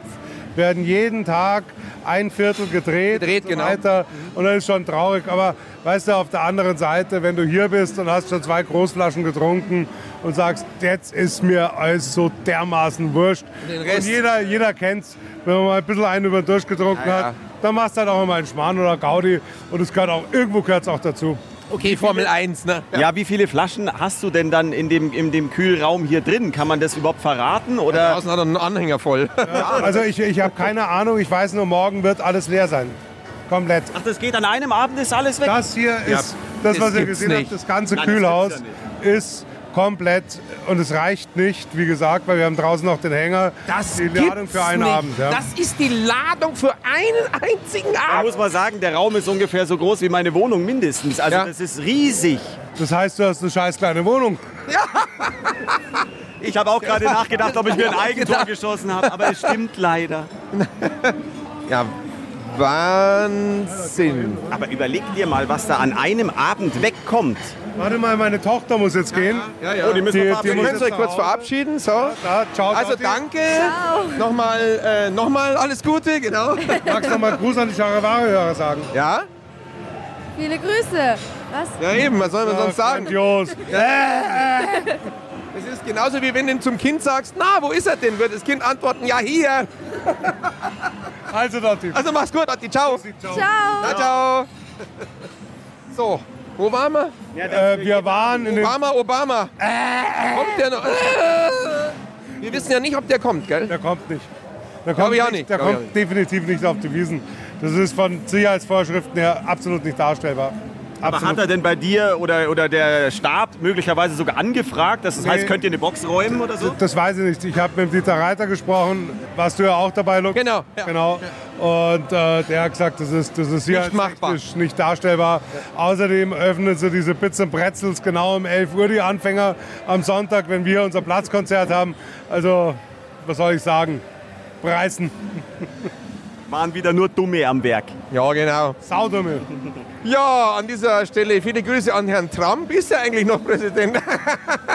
[SPEAKER 3] werden jeden Tag ein Viertel gedreht,
[SPEAKER 2] Gedreht,
[SPEAKER 3] und so
[SPEAKER 2] genau.
[SPEAKER 3] weiter. Und das ist schon traurig. Aber weißt du, auf der anderen Seite, wenn du hier bist und hast schon zwei Großflaschen getrunken und sagst, jetzt ist mir alles so dermaßen wurscht.
[SPEAKER 2] Den Rest-
[SPEAKER 3] Und jeder, jeder kennt's, wenn man mal ein bisschen einen über den Durst getrunken
[SPEAKER 2] Ja, ja.
[SPEAKER 3] hat. Dann machst du halt auch immer einen Schmarrn oder Gaudi und es gehört auch, irgendwo gehört es auch dazu.
[SPEAKER 2] okay, Formel 1, ne?
[SPEAKER 4] Ja, wie viele Flaschen hast du denn dann in dem, in dem Kühlraum hier drin? Kann man das überhaupt verraten? Oder?
[SPEAKER 2] Draußen hat er einen Anhänger voll.
[SPEAKER 3] Also ich, ich habe keine Ahnung, ich weiß nur, morgen wird alles leer sein. Komplett.
[SPEAKER 4] Ach, das geht an einem Abend, ist alles weg.
[SPEAKER 3] Das hier
[SPEAKER 2] Ja,
[SPEAKER 3] ist, das,
[SPEAKER 2] das
[SPEAKER 3] was ihr
[SPEAKER 2] gibt's
[SPEAKER 3] gesehen
[SPEAKER 2] nicht.
[SPEAKER 3] habt, das ganze
[SPEAKER 4] Nein, das
[SPEAKER 3] Kühlhaus
[SPEAKER 4] gibt's
[SPEAKER 3] ist komplett und es reicht nicht, wie gesagt, weil wir haben draußen noch den Hänger. die Ladung für
[SPEAKER 2] gibt's
[SPEAKER 3] einen
[SPEAKER 2] nicht.
[SPEAKER 3] Abend. Ja.
[SPEAKER 2] Das ist die Ladung für einen einzigen
[SPEAKER 4] Da
[SPEAKER 2] Abend.
[SPEAKER 4] muss man sagen, der Raum ist ungefähr so groß wie meine Wohnung mindestens. Also
[SPEAKER 2] Ja.
[SPEAKER 4] das ist riesig.
[SPEAKER 3] Das heißt, du hast eine scheiß kleine Wohnung.
[SPEAKER 4] Ich habe auch gerade nachgedacht, ob ich mir ein Eigentor
[SPEAKER 2] Genau.
[SPEAKER 4] geschossen habe, aber es stimmt leider.
[SPEAKER 2] Ja, Wahnsinn.
[SPEAKER 4] Aber überleg dir mal, was da an einem Abend wegkommt.
[SPEAKER 3] Warte mal, meine Tochter muss jetzt gehen.
[SPEAKER 2] Ja, ja. Oh,
[SPEAKER 4] die müssen
[SPEAKER 3] Oh,
[SPEAKER 4] wir
[SPEAKER 3] Die- die
[SPEAKER 2] Wir
[SPEAKER 4] verabschieden.
[SPEAKER 3] muss-
[SPEAKER 2] können uns
[SPEAKER 3] jetzt
[SPEAKER 2] euch kurz
[SPEAKER 3] nach Hause.
[SPEAKER 2] verabschieden. So.
[SPEAKER 3] Da, ciao,
[SPEAKER 2] Also
[SPEAKER 3] Totti.
[SPEAKER 2] danke. Nochmal, äh, nochmal alles Gute, genau.
[SPEAKER 3] Magst du noch mal einen Gruß an die Charivari-Hörer sagen?
[SPEAKER 2] Ja?
[SPEAKER 5] Viele Grüße. Was?
[SPEAKER 2] Ja eben, was soll man sonst sagen?
[SPEAKER 3] Grandios.
[SPEAKER 2] Es ist genauso wie wenn du zum Kind sagst, na, wo ist er denn? Wird das Kind antworten, ja hier.
[SPEAKER 3] Also, Dotti.
[SPEAKER 2] Also mach's gut, Adi, ciao.
[SPEAKER 5] Ciao.
[SPEAKER 2] Na, ciao. So, wo waren wir?
[SPEAKER 3] Äh, wir waren in den
[SPEAKER 2] Obama, Obama. Kommt der noch? Wir wissen ja nicht, ob der kommt, gell?
[SPEAKER 3] Der kommt nicht. Der
[SPEAKER 2] Glaub
[SPEAKER 3] kommt,
[SPEAKER 2] ich auch
[SPEAKER 3] nicht,
[SPEAKER 2] nicht.
[SPEAKER 3] Der
[SPEAKER 2] Glaub ich
[SPEAKER 3] kommt
[SPEAKER 2] auch nicht.
[SPEAKER 3] definitiv nicht auf die Wiesen. Das ist von Sicherheitsvorschriften her absolut nicht darstellbar.
[SPEAKER 4] Aber hat
[SPEAKER 3] Absolut.
[SPEAKER 4] er denn bei dir oder, oder der Stab möglicherweise sogar angefragt? dass Das heißt, könnt ihr eine Box räumen oder so?
[SPEAKER 3] Das weiß ich nicht. Ich habe mit dem Dieter Reiter gesprochen. Warst du ja auch dabei, Luke?
[SPEAKER 2] Genau, ja.
[SPEAKER 3] genau. Und äh, der hat gesagt, das ist, das ist hier
[SPEAKER 2] machbar.
[SPEAKER 3] nicht darstellbar. Außerdem öffnen sie diese Bits und Brezels genau um 11 Uhr, die Anfänger, am Sonntag, wenn wir unser Platzkonzert haben. Also, was soll ich sagen? Preisen.
[SPEAKER 4] Waren wieder nur Dumme am Werk.
[SPEAKER 2] Ja, genau.
[SPEAKER 3] Saudumme.
[SPEAKER 2] Ja, an dieser Stelle viele Grüße an Herrn Trump. Ist er eigentlich noch Präsident?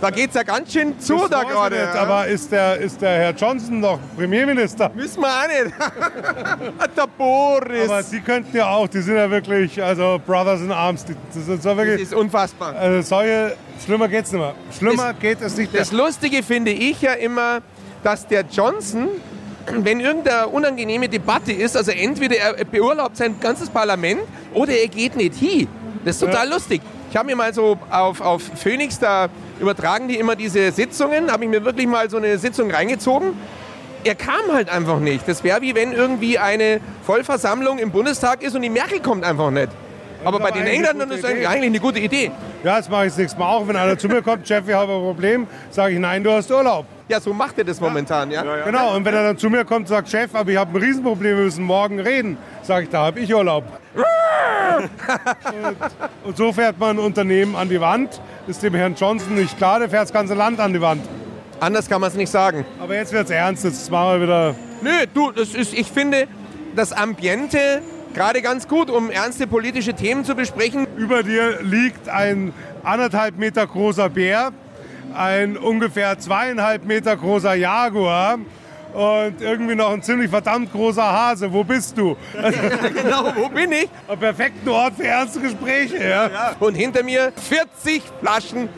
[SPEAKER 2] da geht's ja ganz schön zu
[SPEAKER 3] Das
[SPEAKER 2] da
[SPEAKER 3] weiß ich
[SPEAKER 2] gerade.
[SPEAKER 3] nicht,
[SPEAKER 2] ja.
[SPEAKER 3] Aber ist der, ist der Herr Johnson noch Premierminister?
[SPEAKER 2] Müssen wir auch nicht. Der Boris.
[SPEAKER 3] Aber Sie könnten ja auch, die sind ja wirklich, also Brothers in Arms, die, das ist so
[SPEAKER 2] das
[SPEAKER 3] wirklich,
[SPEAKER 2] ist unfassbar.
[SPEAKER 3] also solche, schlimmer geht's nicht mehr. Schlimmer geht es nicht mehr.
[SPEAKER 2] Das Lustige finde ich ja immer, dass der Johnson, wenn irgendeine unangenehme Debatte ist, also entweder er beurlaubt sein ganzes Parlament oder er geht nicht hin. Das ist total lustig. Ich habe mir mal so auf, auf Phoenix, da übertragen die immer diese Sitzungen, habe ich mir wirklich mal so eine Sitzung reingezogen er kam halt einfach nicht. Das wäre wie wenn irgendwie eine Vollversammlung im Bundestag ist und die Merkel kommt einfach nicht. Aber bei
[SPEAKER 3] aber
[SPEAKER 2] den
[SPEAKER 3] eigentlich eine
[SPEAKER 2] Engländern
[SPEAKER 3] gute
[SPEAKER 2] ist eigentlich,
[SPEAKER 3] Idee.
[SPEAKER 2] eigentlich eine gute Idee.
[SPEAKER 3] Ja, jetzt mache ich es nächstes Mal auch. Wenn einer zu mir kommt, Chef, ich habe ein Problem, sage ich, nein, du hast Urlaub.
[SPEAKER 2] Ja, so macht er das momentan, ja?
[SPEAKER 3] Genau, und wenn er dann zu mir kommt und sagt, Chef, aber ich habe ein Riesenproblem, wir müssen morgen reden, sage ich, da habe ich Urlaub. und, und so fährt man ein Unternehmen an die Wand. Ist dem Herrn Johnson nicht klar, der fährt das ganze Land an die Wand.
[SPEAKER 2] Anders kann man es nicht sagen.
[SPEAKER 3] Aber jetzt wird's ernst, jetzt machen wir wieder...
[SPEAKER 2] Nö, du, das ist, ich finde das Ambiente gerade ganz gut, um ernste politische Themen zu besprechen.
[SPEAKER 3] Über dir liegt ein anderthalb Meter großer Bär, ein ungefähr zweieinhalb Meter großer Jaguar und irgendwie noch ein ziemlich verdammt großer Hase. Wo bist du?
[SPEAKER 2] Genau, wo bin ich?
[SPEAKER 3] Am perfekten Ort für ernste Gespräche. Ja?
[SPEAKER 2] Und hinter mir 40 Flaschen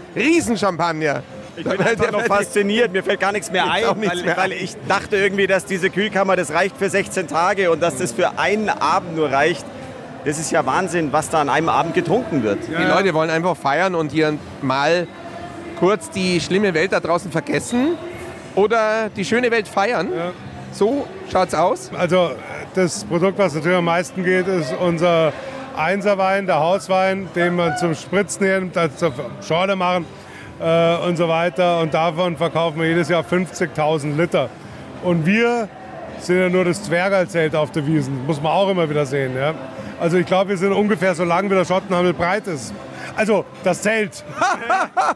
[SPEAKER 2] Riesenchampagner.
[SPEAKER 4] Ich bin einfach noch fasziniert, mir fällt gar nichts mehr ein,
[SPEAKER 2] auch nichts
[SPEAKER 4] weil,
[SPEAKER 2] mehr
[SPEAKER 4] weil ich dachte irgendwie, dass diese Kühlkammer, das reicht für 16 Tage und dass das für einen Abend nur reicht. Das ist ja Wahnsinn, was da an einem Abend getrunken wird.
[SPEAKER 2] Die Leute wollen einfach feiern und hier mal kurz die schlimme Welt da draußen vergessen oder die schöne Welt feiern. So schaut's aus.
[SPEAKER 3] Also das Produkt, was natürlich am meisten geht, ist unser Einserwein, der Hauswein, den man zum Spritzen nimmt, also zur Schorle machen äh, und so weiter. Und davon verkaufen wir jedes Jahr 50.000 Liter. Und wir sind ja nur das Zwergalzelt auf der Wiesen. Muss man auch immer wieder sehen. Ja? Also ich glaube, wir sind ungefähr so lang, wie der Schottenhandel breit ist. Also das Zelt.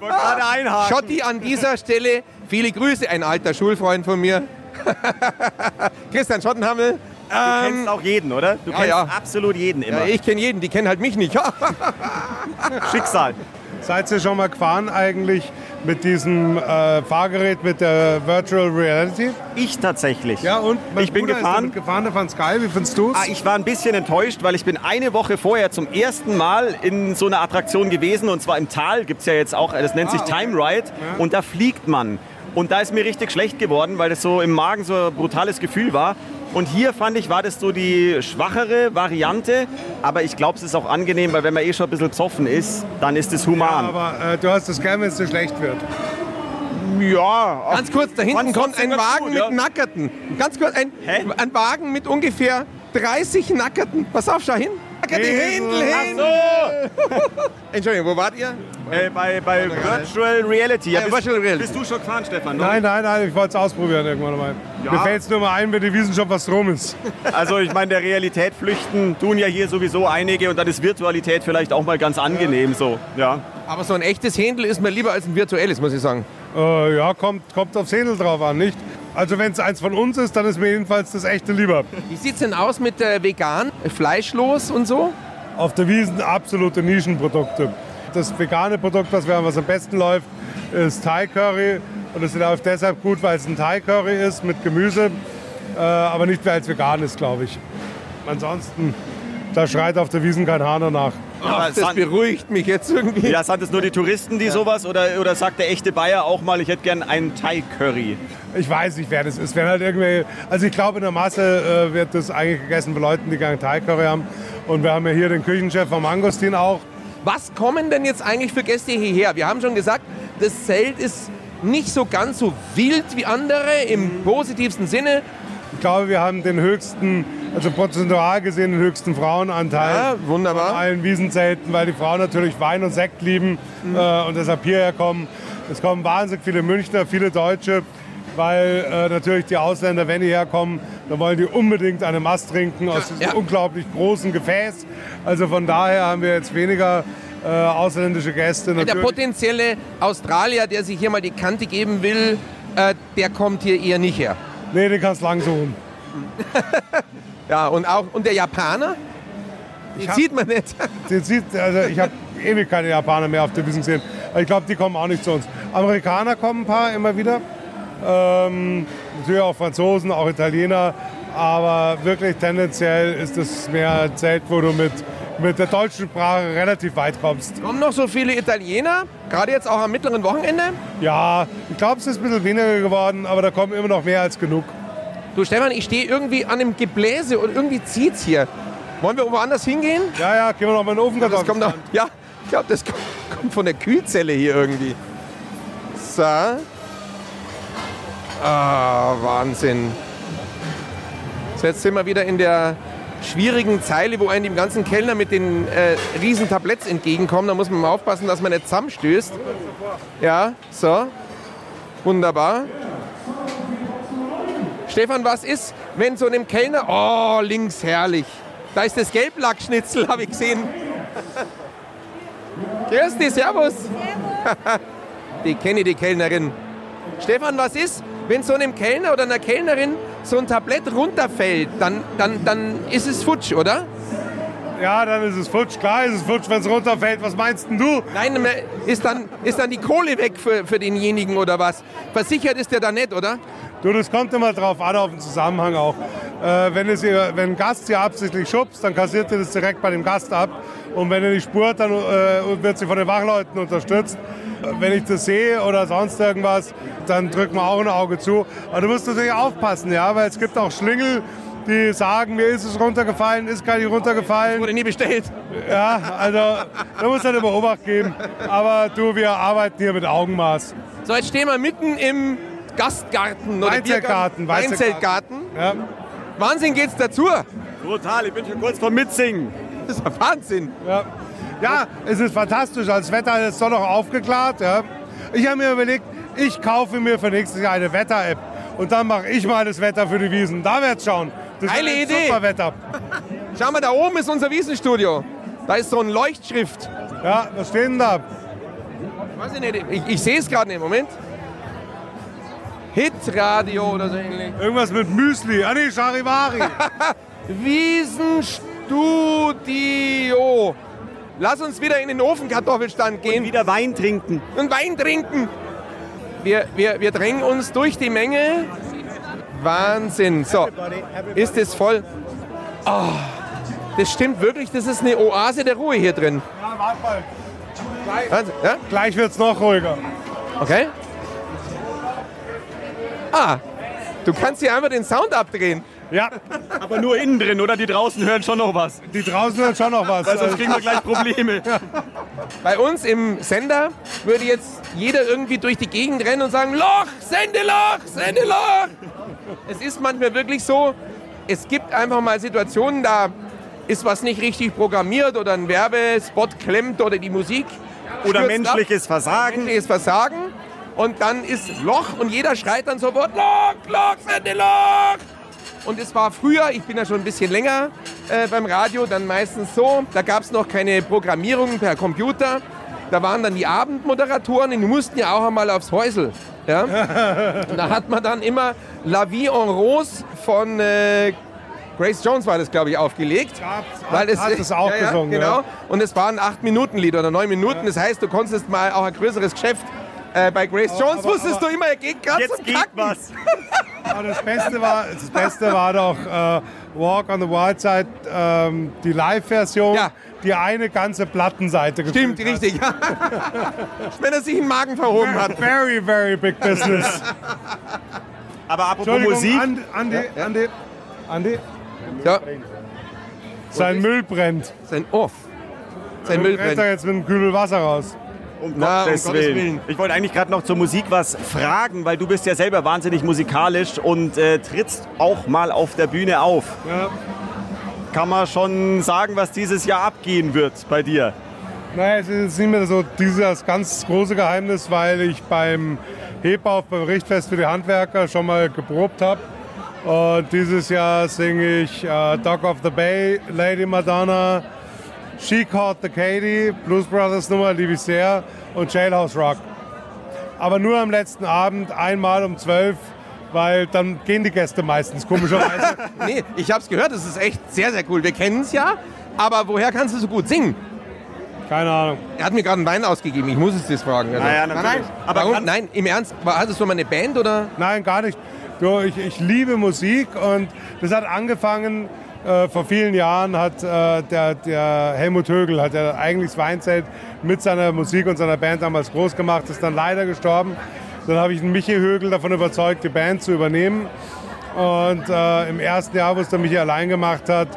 [SPEAKER 4] Gerade einhaken.
[SPEAKER 2] Schotti an dieser Stelle, viele Grüße, ein alter Schulfreund von mir. Christian Schottenhammel.
[SPEAKER 4] Du kennst auch jeden, oder? Du kennst
[SPEAKER 2] ja.
[SPEAKER 4] absolut jeden
[SPEAKER 2] Ja,
[SPEAKER 4] immer.
[SPEAKER 2] ich kenne jeden, die kennen halt mich nicht.
[SPEAKER 4] Schicksal.
[SPEAKER 3] Seid ihr schon mal gefahren eigentlich mit diesem äh, Fahrgerät mit der Virtual Reality?
[SPEAKER 4] Ich tatsächlich.
[SPEAKER 3] Ja, und mein
[SPEAKER 4] Ich bin
[SPEAKER 3] Bruder
[SPEAKER 4] gefahren.
[SPEAKER 3] Ist damit gefahren, der fand's geil. Wie findest du's?
[SPEAKER 4] Ah, ich war ein bisschen enttäuscht, weil ich bin eine Woche vorher zum ersten Mal in so einer Attraktion gewesen und zwar im Tal gibt es ja jetzt auch, das nennt sich
[SPEAKER 2] Ah,
[SPEAKER 4] Time Ride und da fliegt man. Und da ist mir richtig schlecht geworden, weil das so im Magen so ein brutales Gefühl war. Und hier fand ich, war das so die schwachere Variante, aber ich glaube, es ist auch angenehm, weil wenn man eh schon ein bisschen zoffen ist, dann ist es human.
[SPEAKER 3] aber äh, du hast es gern, wenn es dir schlecht wird.
[SPEAKER 4] Ja,
[SPEAKER 2] Ganz kurz, da hinten
[SPEAKER 4] Fand's
[SPEAKER 2] kommt ein
[SPEAKER 4] trotzdem ganz
[SPEAKER 2] Wagen
[SPEAKER 4] gut,
[SPEAKER 2] mit
[SPEAKER 4] ja.
[SPEAKER 2] Nackerten. Ganz kurz, ein,
[SPEAKER 4] Hä?
[SPEAKER 2] ein Wagen mit ungefähr 30 Nackerten. Pass auf, schau hin. Nackerte,
[SPEAKER 3] Händel.
[SPEAKER 2] Händel,
[SPEAKER 3] Ach
[SPEAKER 2] Händel. Entschuldigung, wo wart ihr?
[SPEAKER 4] Äh, bei, bei Virtual Reality. Ja,
[SPEAKER 2] Äh,
[SPEAKER 4] bist,
[SPEAKER 2] Virtual Reality.
[SPEAKER 4] bist du schon gefahren, Stefan? oder?
[SPEAKER 3] Nein, nein, nein, ich wollte es ausprobieren irgendwann mal. Mir fällt es nur mal ein, wenn die wissen schon, was drum ist.
[SPEAKER 4] Also ich meine, der Realität flüchten tun ja hier sowieso einige und dann ist Virtualität vielleicht auch mal ganz angenehm so. Ja.
[SPEAKER 2] Aber so ein echtes Händel ist mir lieber als ein virtuelles, muss ich sagen.
[SPEAKER 3] Äh, ja, kommt, kommt aufs Händel drauf an, nicht? Also wenn es eins von uns ist, dann ist mir jedenfalls das echte lieber.
[SPEAKER 2] Wie sieht's denn aus mit äh, vegan, fleischlos und so?
[SPEAKER 3] Auf der Wiesen absolute Nischenprodukte. Das vegane Produkt, was wir haben, was am besten läuft, ist Thai Curry. Und es läuft deshalb gut, weil es ein Thai Curry ist mit Gemüse, äh, aber nicht mehr als vegan ist, glaube ich. Ansonsten, da schreit auf der Wiesen kein Hahn danach.
[SPEAKER 4] Aber
[SPEAKER 2] Das
[SPEAKER 4] san-
[SPEAKER 2] beruhigt mich jetzt irgendwie.
[SPEAKER 4] ja, sind es nur die Touristen, die sowas oder, oder sagt der echte Bayer auch mal, ich hätte gern einen Thai-Curry?
[SPEAKER 3] Ich weiß nicht, wer das ist. Werden halt irgendwelche, also ich glaube, in der Masse äh, wird das eigentlich gegessen von Leuten, die keinen Thai Curry haben. Und wir haben ja hier den Küchenchef vom Angostin auch.
[SPEAKER 2] Was kommen denn jetzt eigentlich für Gäste hierher? Wir haben schon gesagt, das Zelt ist nicht so ganz so wild wie andere im positivsten Sinne.
[SPEAKER 3] Ich glaube, wir haben den höchsten, also prozentual gesehen, den höchsten Frauenanteil.
[SPEAKER 2] Ja, Ah, wunderbar.
[SPEAKER 3] Von allen Wiesenzelten, weil die Frauen natürlich Wein und Sekt lieben
[SPEAKER 2] Mhm.
[SPEAKER 3] äh, und deshalb hierher kommen. Es kommen wahnsinnig viele Münchner, viele Deutsche, weil äh, natürlich die Ausländer, wenn die herkommen, dann wollen die unbedingt eine Mast trinken aus diesem
[SPEAKER 2] ja.
[SPEAKER 3] unglaublich großen Gefäß. Also von daher haben wir jetzt weniger äh, ausländische Gäste.
[SPEAKER 2] Der
[SPEAKER 3] Natürlich-
[SPEAKER 2] potenzielle Australier, der sich hier mal die Kante geben will, äh, der kommt hier eher nicht her.
[SPEAKER 3] Nee, den um. kannst du lang suchen.
[SPEAKER 2] Ja, und auch und der Japaner? Den
[SPEAKER 3] hab-
[SPEAKER 2] sieht man nicht.
[SPEAKER 3] Sie sieht, also ich habe ewig keine Japaner mehr auf der Wiesn gesehen. Aber Ich glaube, die kommen auch nicht zu uns. Amerikaner kommen ein paar immer wieder. Ähm, natürlich auch Franzosen, auch Italiener. Aber wirklich tendenziell ist es mehr ein Zelt, wo du mit, mit der deutschen Sprache relativ weit kommst.
[SPEAKER 2] Kommen noch so viele Italiener, gerade jetzt auch am mittleren Wochenende.
[SPEAKER 3] Ja, ich glaube, es ist ein bisschen weniger geworden, aber da kommen immer noch mehr als genug.
[SPEAKER 2] Du Stefan, ich stehe irgendwie an einem Gebläse und irgendwie zieht's hier. Wollen wir woanders hingehen?
[SPEAKER 3] Ja, ja, gehen wir noch mal in den Ofen.
[SPEAKER 2] Das kommt doch, ja, ich glaube, das kommt- kommt von der Kühlzelle hier irgendwie. So. Ah, Wahnsinn. So, jetzt sind wir wieder in der schwierigen Zeile, wo einem die ganzen Kellner mit den äh, riesen Tabletts entgegenkommen. Da muss man mal aufpassen, dass man nicht zusammenstößt. Ja, so. Wunderbar. Stefan, was ist, wenn so einem Kellner... Oh, links, herrlich. Da ist das Gelblackschnitzel, habe ich gesehen. Grüß dich, servus. die kenne ich, die Kellnerin. Stefan, was ist, wenn so einem Kellner oder einer Kellnerin so ein Tablett runterfällt? Dann, dann, dann ist es futsch, oder?
[SPEAKER 3] Ja, dann ist es futsch. Klar ist es futsch, wenn es runterfällt. Was meinst denn du?
[SPEAKER 2] Nein, ist dann, ist dann die Kohle weg für, für denjenigen oder was? Versichert ist der da nicht, oder?
[SPEAKER 3] Du, das kommt immer drauf an, auf den Zusammenhang auch. Äh, wenn, es, ihr- wenn ein Gast sie absichtlich schubst, dann kassiert ihr das direkt bei dem Gast ab. Und wenn er nicht spurt, dann äh, wird sie von den Wachleuten unterstützt. Äh, Wenn ich das sehe oder sonst irgendwas, dann drückt man auch ein Auge zu. Aber du musst natürlich aufpassen, ja, weil es gibt auch Schlingel, die sagen, mir ist es runtergefallen, ist gar nicht runtergefallen.
[SPEAKER 2] Wurde nie bestellt.
[SPEAKER 3] Ja, also da muss halt immer Obacht geben. Aber du, wir arbeiten hier mit Augenmaß.
[SPEAKER 2] So, jetzt stehen wir mitten im Gastgarten. Oder
[SPEAKER 3] Weinzeltgarten,
[SPEAKER 2] Biergarten.
[SPEAKER 3] Weinzeltgarten.
[SPEAKER 2] Weinzeltgarten.
[SPEAKER 3] Ja.
[SPEAKER 2] Wahnsinn geht's dazu.
[SPEAKER 4] Total, ich bin schon kurz vom Mitsingen.
[SPEAKER 2] Das ist ja Wahnsinn.
[SPEAKER 3] Ja. ja, es ist fantastisch. Das Wetter ist doch noch aufgeklärt. Ja. Ich habe mir überlegt, ich kaufe mir für nächstes Jahr eine Wetter-App. Und dann mache ich mal das Wetter für die Wiesen. Da wird's schauen. Das
[SPEAKER 2] Geile
[SPEAKER 3] wird ein
[SPEAKER 2] Idee.
[SPEAKER 3] Super Wetter.
[SPEAKER 2] Schau mal, da oben ist unser Wiesenstudio. Da ist so ein Leuchtschrift.
[SPEAKER 3] Ja, was steht denn da?
[SPEAKER 2] Weiß ich nicht, ich, ich sehe es gerade nicht. Moment. Hitradio oder so ähnlich.
[SPEAKER 3] Irgendwas mit Müsli. Ah nee, Charivari.
[SPEAKER 2] Wiesenstudio. Lass uns wieder in den Ofenkartoffelstand gehen
[SPEAKER 4] Wieder Wein trinken.
[SPEAKER 2] und Wein trinken. Wir, wir, wir drängen uns durch die Menge. Wahnsinn. So, ist es voll. Ah, das stimmt wirklich, das ist eine Oase der Ruhe hier drin.
[SPEAKER 3] ja, warte mal.
[SPEAKER 2] Wahnsinn, ja?
[SPEAKER 3] Gleich wird's noch ruhiger.
[SPEAKER 2] Okay. Ah, du kannst hier einfach den Sound abdrehen.
[SPEAKER 3] Ja,
[SPEAKER 4] Aber nur innen drin, oder? Die draußen hören schon noch was.
[SPEAKER 3] die draußen hat schon noch was.
[SPEAKER 4] Weil
[SPEAKER 2] Also
[SPEAKER 4] sonst kriegen wir gleich Probleme.
[SPEAKER 2] Bei uns im Sender würde jetzt jeder irgendwie durch die Gegend rennen und sagen, Loch, Sendeloch, Sendeloch. Es ist manchmal wirklich so, es gibt einfach mal Situationen, da ist was nicht richtig programmiert oder ein Werbespot klemmt oder die Musik.
[SPEAKER 4] Oder
[SPEAKER 2] stürzt
[SPEAKER 4] menschliches
[SPEAKER 2] ab,
[SPEAKER 4] Versagen.
[SPEAKER 2] menschliches Versagen. Und dann ist Loch und jeder schreit dann sofort, Loch, Loch, Sendeloch. Und es war früher, ich bin ja schon ein bisschen länger äh, beim Radio, dann meistens so, da gab es noch keine Programmierung per Computer. Da waren dann die Abendmoderatoren, die mussten ja auch einmal aufs Häusel. Ja? Und da hat man dann immer La Vie en Rose von äh, Grace Jones war das, glaube ich, aufgelegt.
[SPEAKER 3] Gab's- hat es auch
[SPEAKER 2] ja, ja,
[SPEAKER 3] gesungen,
[SPEAKER 2] Genau.
[SPEAKER 3] ja.
[SPEAKER 2] Und es war ein 8-Minuten-Lied oder 9 Minuten. Das heißt, du konntest mal auch ein größeres Geschäft. Äh, bei Grace Jones
[SPEAKER 3] aber-
[SPEAKER 2] wusstest
[SPEAKER 3] aber-
[SPEAKER 2] du immer, er geht gerade
[SPEAKER 4] Jetzt
[SPEAKER 2] zum
[SPEAKER 4] geht
[SPEAKER 2] Kacken.
[SPEAKER 4] was.
[SPEAKER 3] Aber das Beste war, das Beste war doch äh, Walk on the Wild Side, ähm, die Live-Version,
[SPEAKER 2] Ja.
[SPEAKER 3] die eine ganze Plattenseite
[SPEAKER 2] Stimmt,
[SPEAKER 3] gefüllt hat.
[SPEAKER 2] richtig. Wenn er sich einen Magen verhoben hat.
[SPEAKER 3] Very, very big business.
[SPEAKER 4] Aber apropos
[SPEAKER 3] Entschuldigung,
[SPEAKER 4] Musik.
[SPEAKER 3] Andi, Andi, Andi, Andi,
[SPEAKER 2] Ja,
[SPEAKER 3] sein Müll brennt.
[SPEAKER 2] sein Off. Sein Müll
[SPEAKER 3] brennt er
[SPEAKER 2] brennt.
[SPEAKER 3] jetzt mit einem Kübel Wasser raus.
[SPEAKER 4] Um
[SPEAKER 2] Na,
[SPEAKER 4] Gottes,
[SPEAKER 2] um Gottes
[SPEAKER 4] Willen.
[SPEAKER 2] Willen.
[SPEAKER 4] Ich wollte eigentlich gerade noch zur Musik was fragen, weil du bist ja selber wahnsinnig musikalisch und äh, trittst auch mal auf der Bühne auf.
[SPEAKER 3] Ja.
[SPEAKER 4] Kann man schon sagen, was dieses Jahr abgehen wird bei dir?
[SPEAKER 3] Naja, es ist jetzt nicht mehr so dieses ganz große Geheimnis, weil ich beim Hebauf, beim Richtfest für die Handwerker schon mal geprobt habe. Und dieses Jahr singe ich äh, Dog of the Bay, Lady Madonna, She Caught the Katie, Blues Brothers Nummer, liebe ich sehr, und Jailhouse Rock. Aber nur am letzten Abend, einmal um 12, weil dann gehen die Gäste meistens, komischerweise.
[SPEAKER 2] Nee, ich hab's gehört, es ist echt sehr, sehr cool. Wir kennen's ja, aber woher kannst du so gut singen?
[SPEAKER 3] Keine Ahnung.
[SPEAKER 2] Er hat mir gerade einen Wein ausgegeben, ich muss es das fragen. Also.
[SPEAKER 4] Naja,
[SPEAKER 2] nein,
[SPEAKER 4] natürlich.
[SPEAKER 2] nein.
[SPEAKER 4] Aber
[SPEAKER 2] Warum?
[SPEAKER 4] kannst-
[SPEAKER 2] Nein, im Ernst, war, hattest du mal eine Band oder?
[SPEAKER 3] Nein, gar nicht. Du, ich, ich liebe Musik und das hat angefangen, äh, vor vielen Jahren hat äh, der, der Helmut Högel, hat ja eigentlich das Weinzelt mit seiner Musik und seiner Band damals groß gemacht, ist dann leider gestorben. Dann habe ich den Michi Högel davon überzeugt, die Band zu übernehmen. Und äh, im ersten Jahr, wo es der Michi allein gemacht hat,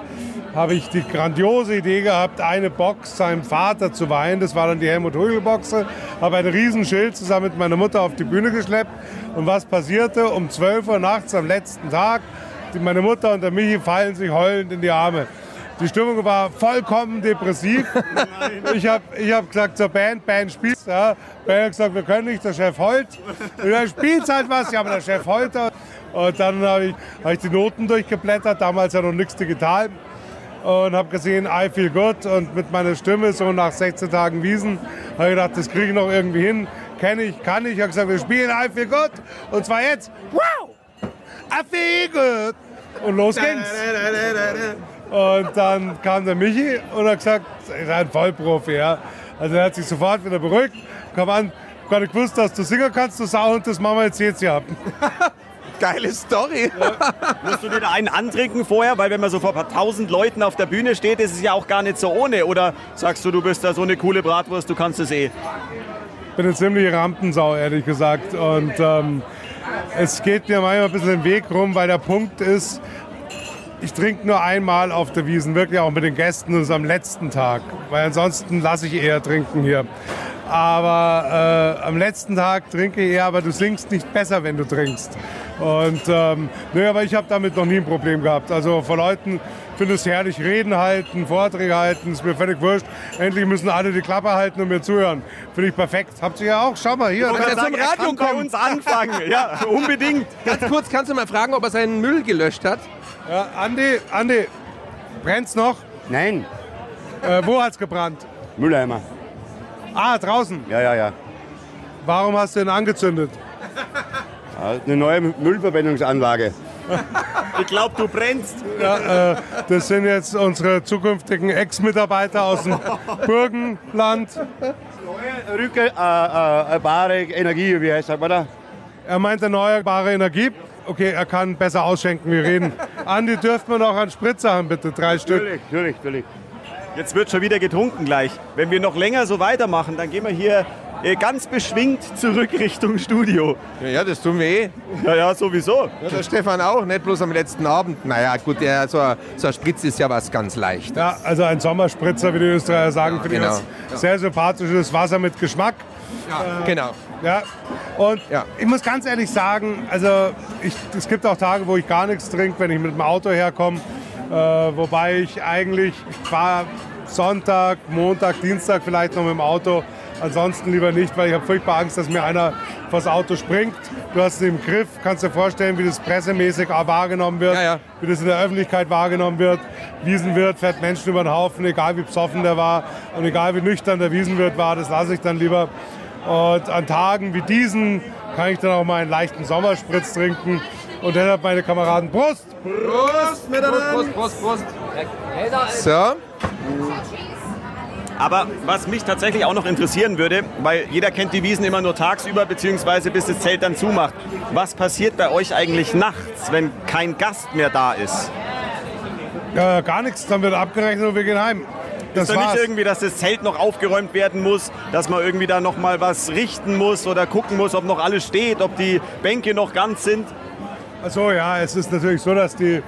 [SPEAKER 3] habe ich die grandiose Idee gehabt, eine Box seinem Vater zu weihen. Das war dann die Helmut Rügel Boxe. Habe ein Riesenschild zusammen mit meiner Mutter auf die Bühne geschleppt. Und was passierte? Um 12 Uhr nachts am letzten Tag, die, meine Mutter und der Michi fallen sich heulend in die Arme. Die Stimmung war vollkommen depressiv. Ich habe ich hab gesagt zur Band, Band spielt. Ja. Band hat gesagt, wir können nicht, der Chef heult. Und dann spielt halt was, ja, aber der Chef heult. Und dann habe ich, hab ich die Noten durchgeblättert, damals ja noch nichts digital. Und habe gesehen, I feel good. Und mit meiner Stimme, so nach 16 Tagen Wiesen, habe ich gedacht, das kriege ich noch irgendwie hin. Kenne ich, kann ich. Ich habe gesagt, wir spielen I feel good. Und zwar jetzt. Wow! I feel good. Und los ging's. Und dann kam der Michi und hat gesagt, er ist ein Vollprofi, ja. Also er hat sich sofort wieder beruhigt, kam an, ich hab gar nicht gewusst, dass du singen kannst, du Sauhund, das machen wir jetzt jetzt hier ab.
[SPEAKER 2] Geile Story.
[SPEAKER 4] Musst du dir da einen antrinken vorher? Weil wenn man so vor ein paar tausend Leuten auf der Bühne steht, ist es ja auch gar nicht so ohne. Oder sagst du, du bist da so eine coole Bratwurst, du kannst es eh.
[SPEAKER 3] Ich bin eine ziemliche Rampensau, ehrlich gesagt. Und ähm, es geht mir manchmal ein bisschen den Weg rum, weil der Punkt ist, ich trinke nur einmal auf der Wiesen, wirklich auch mit den Gästen und es am letzten Tag. Weil ansonsten lasse ich eher trinken hier. Aber äh, am letzten Tag trinke ich eher, aber du singst nicht besser, wenn du trinkst. Und ähm, nö, aber ich habe damit noch nie ein Problem gehabt. Also vor Leuten finde es herrlich, Reden halten, Vorträge halten, ist mir völlig wurscht. Endlich müssen alle die Klappe halten und mir zuhören. Finde ich perfekt. Habt ihr ja auch, schau mal hier.
[SPEAKER 2] Und
[SPEAKER 3] da-
[SPEAKER 2] jetzt
[SPEAKER 4] Sag,
[SPEAKER 2] zum
[SPEAKER 4] er
[SPEAKER 2] Radio
[SPEAKER 4] kann bei
[SPEAKER 2] kommen.
[SPEAKER 4] uns anfangen. Ja, unbedingt.
[SPEAKER 2] Ganz kurz, kannst du mal fragen, ob er seinen Müll gelöscht hat?
[SPEAKER 3] Ja, Andi, Andi, brennt's noch?
[SPEAKER 7] Nein,
[SPEAKER 3] Äh, wo hat's gebrannt?
[SPEAKER 7] Mülleimer.
[SPEAKER 3] Ah, draußen.
[SPEAKER 7] Ja, ja, ja.
[SPEAKER 3] Warum hast du ihn angezündet?
[SPEAKER 7] Ah, Eine neue Müllverbrennungsanlage.
[SPEAKER 4] Ich glaube, du brennst.
[SPEAKER 3] Ja, äh, das sind jetzt unsere zukünftigen Ex-Mitarbeiter aus dem Burgenland.
[SPEAKER 7] Rücke, äh, äh, äh, bare Energie, wie heißt sagt man da?
[SPEAKER 3] Er meint erneuerbare Energie. Okay, er kann besser ausschenken, wir reden. Andi, dürft man noch einen Spritzer haben, bitte? Drei Stück.
[SPEAKER 7] Natürlich, natürlich, natürlich.
[SPEAKER 4] Jetzt wird schon wieder getrunken gleich. Wenn wir noch länger so weitermachen, dann gehen wir hier äh, ganz beschwingt zurück Richtung Studio.
[SPEAKER 2] Ja, ja, das tun wir eh.
[SPEAKER 4] Ja, ja, sowieso.
[SPEAKER 2] Ja, der Also Stefan auch, nicht bloß am letzten Abend. Naja, gut, der, so, ein- so ein Spritz ist ja was ganz leicht.
[SPEAKER 3] Ja, also ein Sommerspritzer, wie die Österreicher sagen, finde
[SPEAKER 2] genau.
[SPEAKER 3] ich was sehr sympathisches Wasser mit Geschmack.
[SPEAKER 2] Ja, genau.
[SPEAKER 3] Ja. Und
[SPEAKER 2] Ja.
[SPEAKER 3] ich muss ganz ehrlich sagen, also ich, es gibt auch Tage, wo ich gar nichts trinke, wenn ich mit dem Auto herkomme. Äh, wobei ich eigentlich ich war Sonntag, Montag, Dienstag vielleicht noch mit dem Auto. Ansonsten lieber nicht, weil ich habe furchtbar Angst, dass mir einer vors Auto springt. Du hast ihn im Griff, kannst dir vorstellen, wie das pressemäßig auch wahrgenommen wird,
[SPEAKER 2] Ja, ja.
[SPEAKER 3] wie das in der Öffentlichkeit wahrgenommen wird. Wiesenwirt fährt Menschen über den Haufen, egal wie besoffen der war und egal wie nüchtern der Wiesenwirt war, das lasse ich dann lieber. Und an Tagen wie diesen kann ich dann auch mal einen leichten Sommerspritz trinken. Und deshalb, meine Kameraden, Prost!
[SPEAKER 2] Prost, miteinander. Prost, Prost, Prost. So,
[SPEAKER 4] Aber was mich tatsächlich auch noch interessieren würde, weil jeder kennt die Wiesen immer nur tagsüber, beziehungsweise bis das Zelt dann zumacht. Was passiert bei euch eigentlich nachts, wenn kein Gast mehr da ist?
[SPEAKER 3] Ja, gar nichts, dann wird abgerechnet und wir gehen heim. Das
[SPEAKER 4] Ist doch
[SPEAKER 3] war's.
[SPEAKER 4] nicht irgendwie, dass das Zelt noch aufgeräumt werden muss, dass man irgendwie da noch mal was richten muss oder gucken muss, ob noch alles steht, ob die Bänke noch ganz sind.
[SPEAKER 3] Also ja, es ist natürlich so, dass die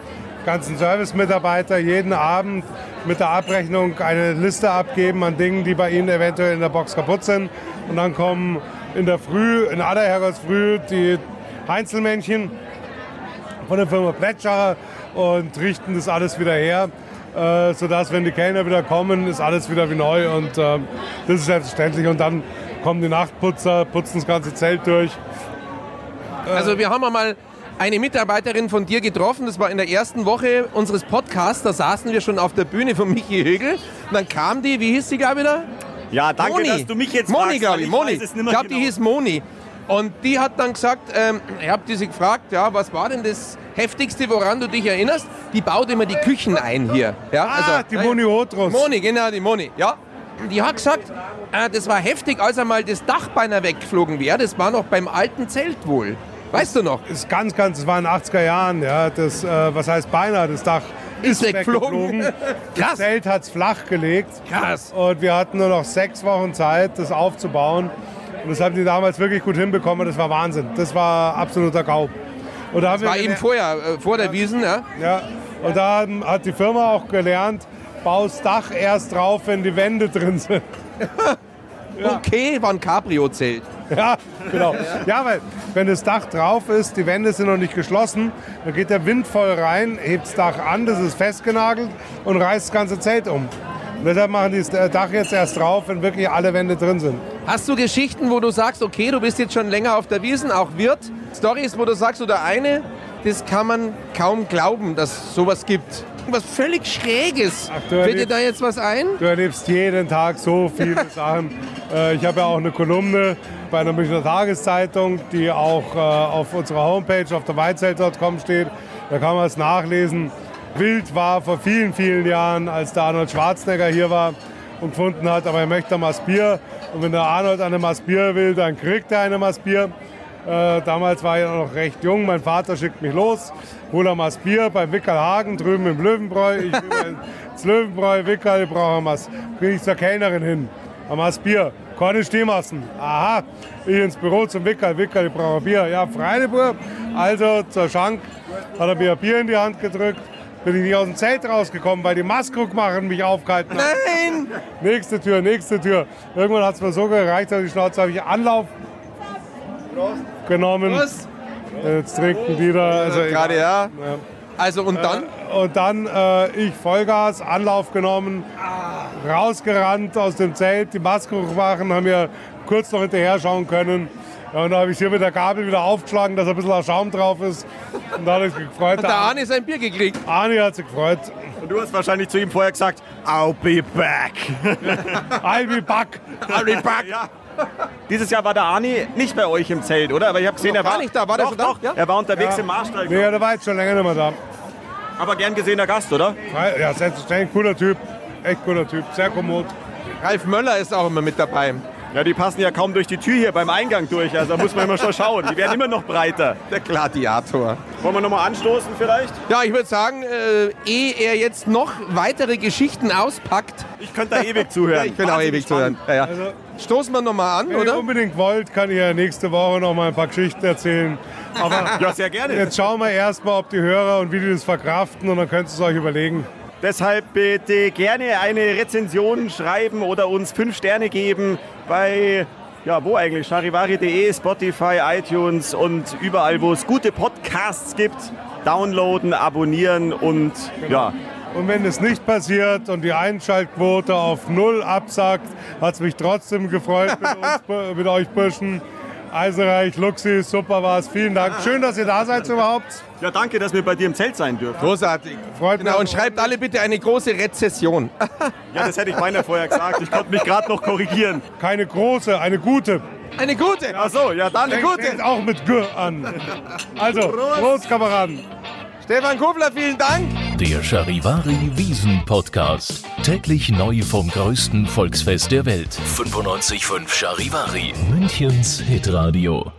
[SPEAKER 3] ganzen Service-Mitarbeiter jeden Abend mit der Abrechnung eine Liste abgeben an Dingen, die bei ihnen eventuell in der Box kaputt sind. Und dann kommen in der Früh, in aller Herrgottsfrüh, die Heinzelmännchen von der Firma Plätscher und richten das alles wieder her, äh, sodass, wenn die Kellner wieder kommen, ist alles wieder wie neu und ähm, das ist selbstverständlich. Und dann kommen die Nachtputzer, putzen das ganze Zelt durch.
[SPEAKER 2] also wir haben einmal eine Mitarbeiterin von dir getroffen, das war in der ersten Woche unseres Podcasts, da saßen wir schon auf der Bühne von Michi Högel. Und dann kam die, wie hieß die gar wieder?
[SPEAKER 4] Ja, danke,
[SPEAKER 2] Moni.
[SPEAKER 4] dass du mich jetzt
[SPEAKER 2] Moni,
[SPEAKER 4] fragst,
[SPEAKER 2] glaube
[SPEAKER 4] weil
[SPEAKER 2] ich.
[SPEAKER 4] ich
[SPEAKER 2] Moni.
[SPEAKER 4] weiß es nimmer
[SPEAKER 2] ich glaube,
[SPEAKER 4] genau.
[SPEAKER 2] die hieß Moni. Und die hat dann gesagt, ähm, ich habe diese gefragt, ja, was war denn das Heftigste, woran du dich erinnerst? Die baut immer die Küchen ein hier. Also, Ja,
[SPEAKER 3] Ah, die Moni Hotros.
[SPEAKER 2] Moni, genau, die Moni, ja. Die hat gesagt, äh, das war heftig, als einmal das Dach beinahe weggeflogen wäre. Das war noch beim alten Zelt wohl. Weißt du noch?
[SPEAKER 3] ist ganz, ganz, es war in den 80er Jahren, ja, das, äh, was heißt beinahe, das Dach ist, weggeflogen. Das
[SPEAKER 2] Krass.
[SPEAKER 3] Zelt hat es flach gelegt
[SPEAKER 2] Krass.
[SPEAKER 3] und wir hatten nur noch sechs Wochen Zeit, das aufzubauen. Und das haben die damals wirklich gut hinbekommen, das war Wahnsinn, das war absoluter Gau. Und da haben wir
[SPEAKER 2] War eben
[SPEAKER 3] gelernt-
[SPEAKER 2] vorher, äh, vor der Wiesen, ja.
[SPEAKER 3] ja, Und da ähm, hat die Firma auch gelernt, baust Dach erst drauf, wenn die Wände drin sind.
[SPEAKER 2] Okay, war ein Cabrio-Zelt.
[SPEAKER 3] Ja, genau. Ja, weil wenn das Dach drauf ist, die Wände sind noch nicht geschlossen, dann geht der Wind voll rein, hebt das Dach an, das ist festgenagelt und reißt das ganze Zelt um. Und deshalb machen die das Dach jetzt erst drauf, wenn wirklich alle Wände drin sind.
[SPEAKER 2] Hast du Geschichten, wo du sagst, okay, du bist jetzt schon länger auf der Wiesen, auch Wirt? Stories, wo du sagst, oder eine, das kann man kaum glauben, dass sowas gibt. Was völlig Schräges.
[SPEAKER 3] Ach, du
[SPEAKER 2] Fällt dir
[SPEAKER 3] erlebst-
[SPEAKER 2] da jetzt was ein?
[SPEAKER 3] Du erlebst jeden Tag so viele Sachen. Äh, ich habe ja auch eine Kolumne bei einer Münchner Tageszeitung, die auch äh, auf unserer Homepage auf der weizelt.com steht. Da kann man es nachlesen. Wild war vor vielen, vielen Jahren, als der Arnold Schwarzenegger hier war und gefunden hat, aber er möchte ein Maß Bier. Und wenn der Arnold eine Maß Bier will, dann kriegt er eine Maß Bier. Äh, damals war ich auch noch recht jung. Mein Vater schickt mich los, hol ein Maß Bier bei Wickelhagen drüben im Löwenbräu. Ich will ins Löwenbräu, Wickel, ich brauche ein Maß. Bin ich zur Kellnerin hin, ein Maß Bier. Conny Stehmassen. Aha, ich ins Büro zum Wickel, Wickel, ich brauche ein Bier. Ja, Freiburg. Also zur Schank hat er mir ein Bier in die Hand gedrückt. Bin ich nicht aus dem Zelt rausgekommen, weil die Maskrugmacher mich aufgehalten haben.
[SPEAKER 2] Nein!
[SPEAKER 3] Nächste Tür, nächste Tür. Irgendwann hat es mir so gereicht, dass ich Schnauze habe ich Anlauf genommen.
[SPEAKER 2] Was?
[SPEAKER 3] Jetzt trinken die da. Also
[SPEAKER 2] Gerade
[SPEAKER 3] egal.
[SPEAKER 2] ja. Also
[SPEAKER 3] Äh,
[SPEAKER 2] und dann?
[SPEAKER 3] Und dann äh, ich Vollgas, Anlauf genommen,
[SPEAKER 2] Ah.
[SPEAKER 3] rausgerannt aus dem Zelt, die Maske hochmachen, haben wir kurz noch hinterher schauen können. Ja, und da habe ich hier mit der Gabel wieder aufgeschlagen, dass ein bisschen ein Schaum drauf ist. Und da hat er sich gefreut.
[SPEAKER 2] Und der Arne ist ein Bier gekriegt.
[SPEAKER 3] Arni hat sich gefreut.
[SPEAKER 4] Und du hast wahrscheinlich zu ihm vorher gesagt, I'll be back.
[SPEAKER 3] I'll be back.
[SPEAKER 2] Harry Buck.
[SPEAKER 4] Ja. Dieses Jahr war der Arni nicht bei euch im Zelt, oder? Aber ich habe gesehen, er
[SPEAKER 2] gar
[SPEAKER 4] war
[SPEAKER 2] nicht da. War der
[SPEAKER 4] doch,
[SPEAKER 2] schon da?
[SPEAKER 4] Doch,
[SPEAKER 2] Ja.
[SPEAKER 4] Er war unterwegs
[SPEAKER 3] Ja.
[SPEAKER 4] im Marstall.
[SPEAKER 2] genau.
[SPEAKER 3] Nee, der war jetzt schon länger nicht mehr da.
[SPEAKER 4] Aber gern gesehener Gast, oder?
[SPEAKER 3] Ja, selbstverständlich. Cooler Typ. Echt cooler Typ. Sehr kommod.
[SPEAKER 2] Ralf Möller ist auch immer mit dabei.
[SPEAKER 4] Ja, die passen ja kaum durch die Tür hier beim Eingang durch. Also da muss man immer schon schauen. Die werden immer noch breiter.
[SPEAKER 2] Der Gladiator.
[SPEAKER 4] Wollen wir nochmal anstoßen vielleicht?
[SPEAKER 2] Ja, ich würde sagen, äh, ehe er jetzt noch weitere Geschichten auspackt,
[SPEAKER 4] Ich könnte da ewig zuhören.
[SPEAKER 2] ich bin auch
[SPEAKER 4] Wahnsinnig
[SPEAKER 2] ewig zuhören. Ja, ja.
[SPEAKER 3] Also,
[SPEAKER 2] Stoßen wir nochmal an,
[SPEAKER 3] wenn ihr
[SPEAKER 2] oder?
[SPEAKER 3] unbedingt wollt, kann ich ja nächste Woche noch mal ein paar Geschichten erzählen. Aber
[SPEAKER 4] spannend. Ja, sehr gerne.
[SPEAKER 3] Jetzt schauen wir erstmal, ob die Hörer und wie die das verkraften und dann könnt ihr es euch überlegen.
[SPEAKER 4] Deshalb bitte gerne eine Rezension schreiben oder uns fünf Sterne geben bei, ja, wo eigentlich? charivari.de, Spotify, iTunes und überall, wo es gute Podcasts gibt. Downloaden, abonnieren und ja.
[SPEAKER 3] Und wenn es nicht passiert und die Einschaltquote auf Null absagt, hat es mich trotzdem gefreut mit, uns, Bu- mit euch Burschen. Eisenreich, Luxi, super war's. Vielen Dank. Schön, dass ihr da seid überhaupt.
[SPEAKER 4] Ja, danke, dass wir bei dir im Zelt sein dürfen.
[SPEAKER 2] Großartig.
[SPEAKER 3] Freut
[SPEAKER 2] Genau, und
[SPEAKER 3] mich.
[SPEAKER 2] schreibt alle bitte eine große Rezession.
[SPEAKER 4] Ja, das hätte ich meiner vorher gesagt. Ich konnte mich gerade noch korrigieren.
[SPEAKER 3] Keine große, eine gute.
[SPEAKER 2] Eine gute.
[SPEAKER 4] Ach so, ja, dann
[SPEAKER 3] Fängt- Fängt auch mit G an. Also, Prost, Kameraden.
[SPEAKER 2] Stefan Kofler, vielen Dank.
[SPEAKER 1] Der Charivari Wiesen Podcast. Täglich neu vom größten Volksfest der Welt. 95.5 Charivari. Münchens Hitradio.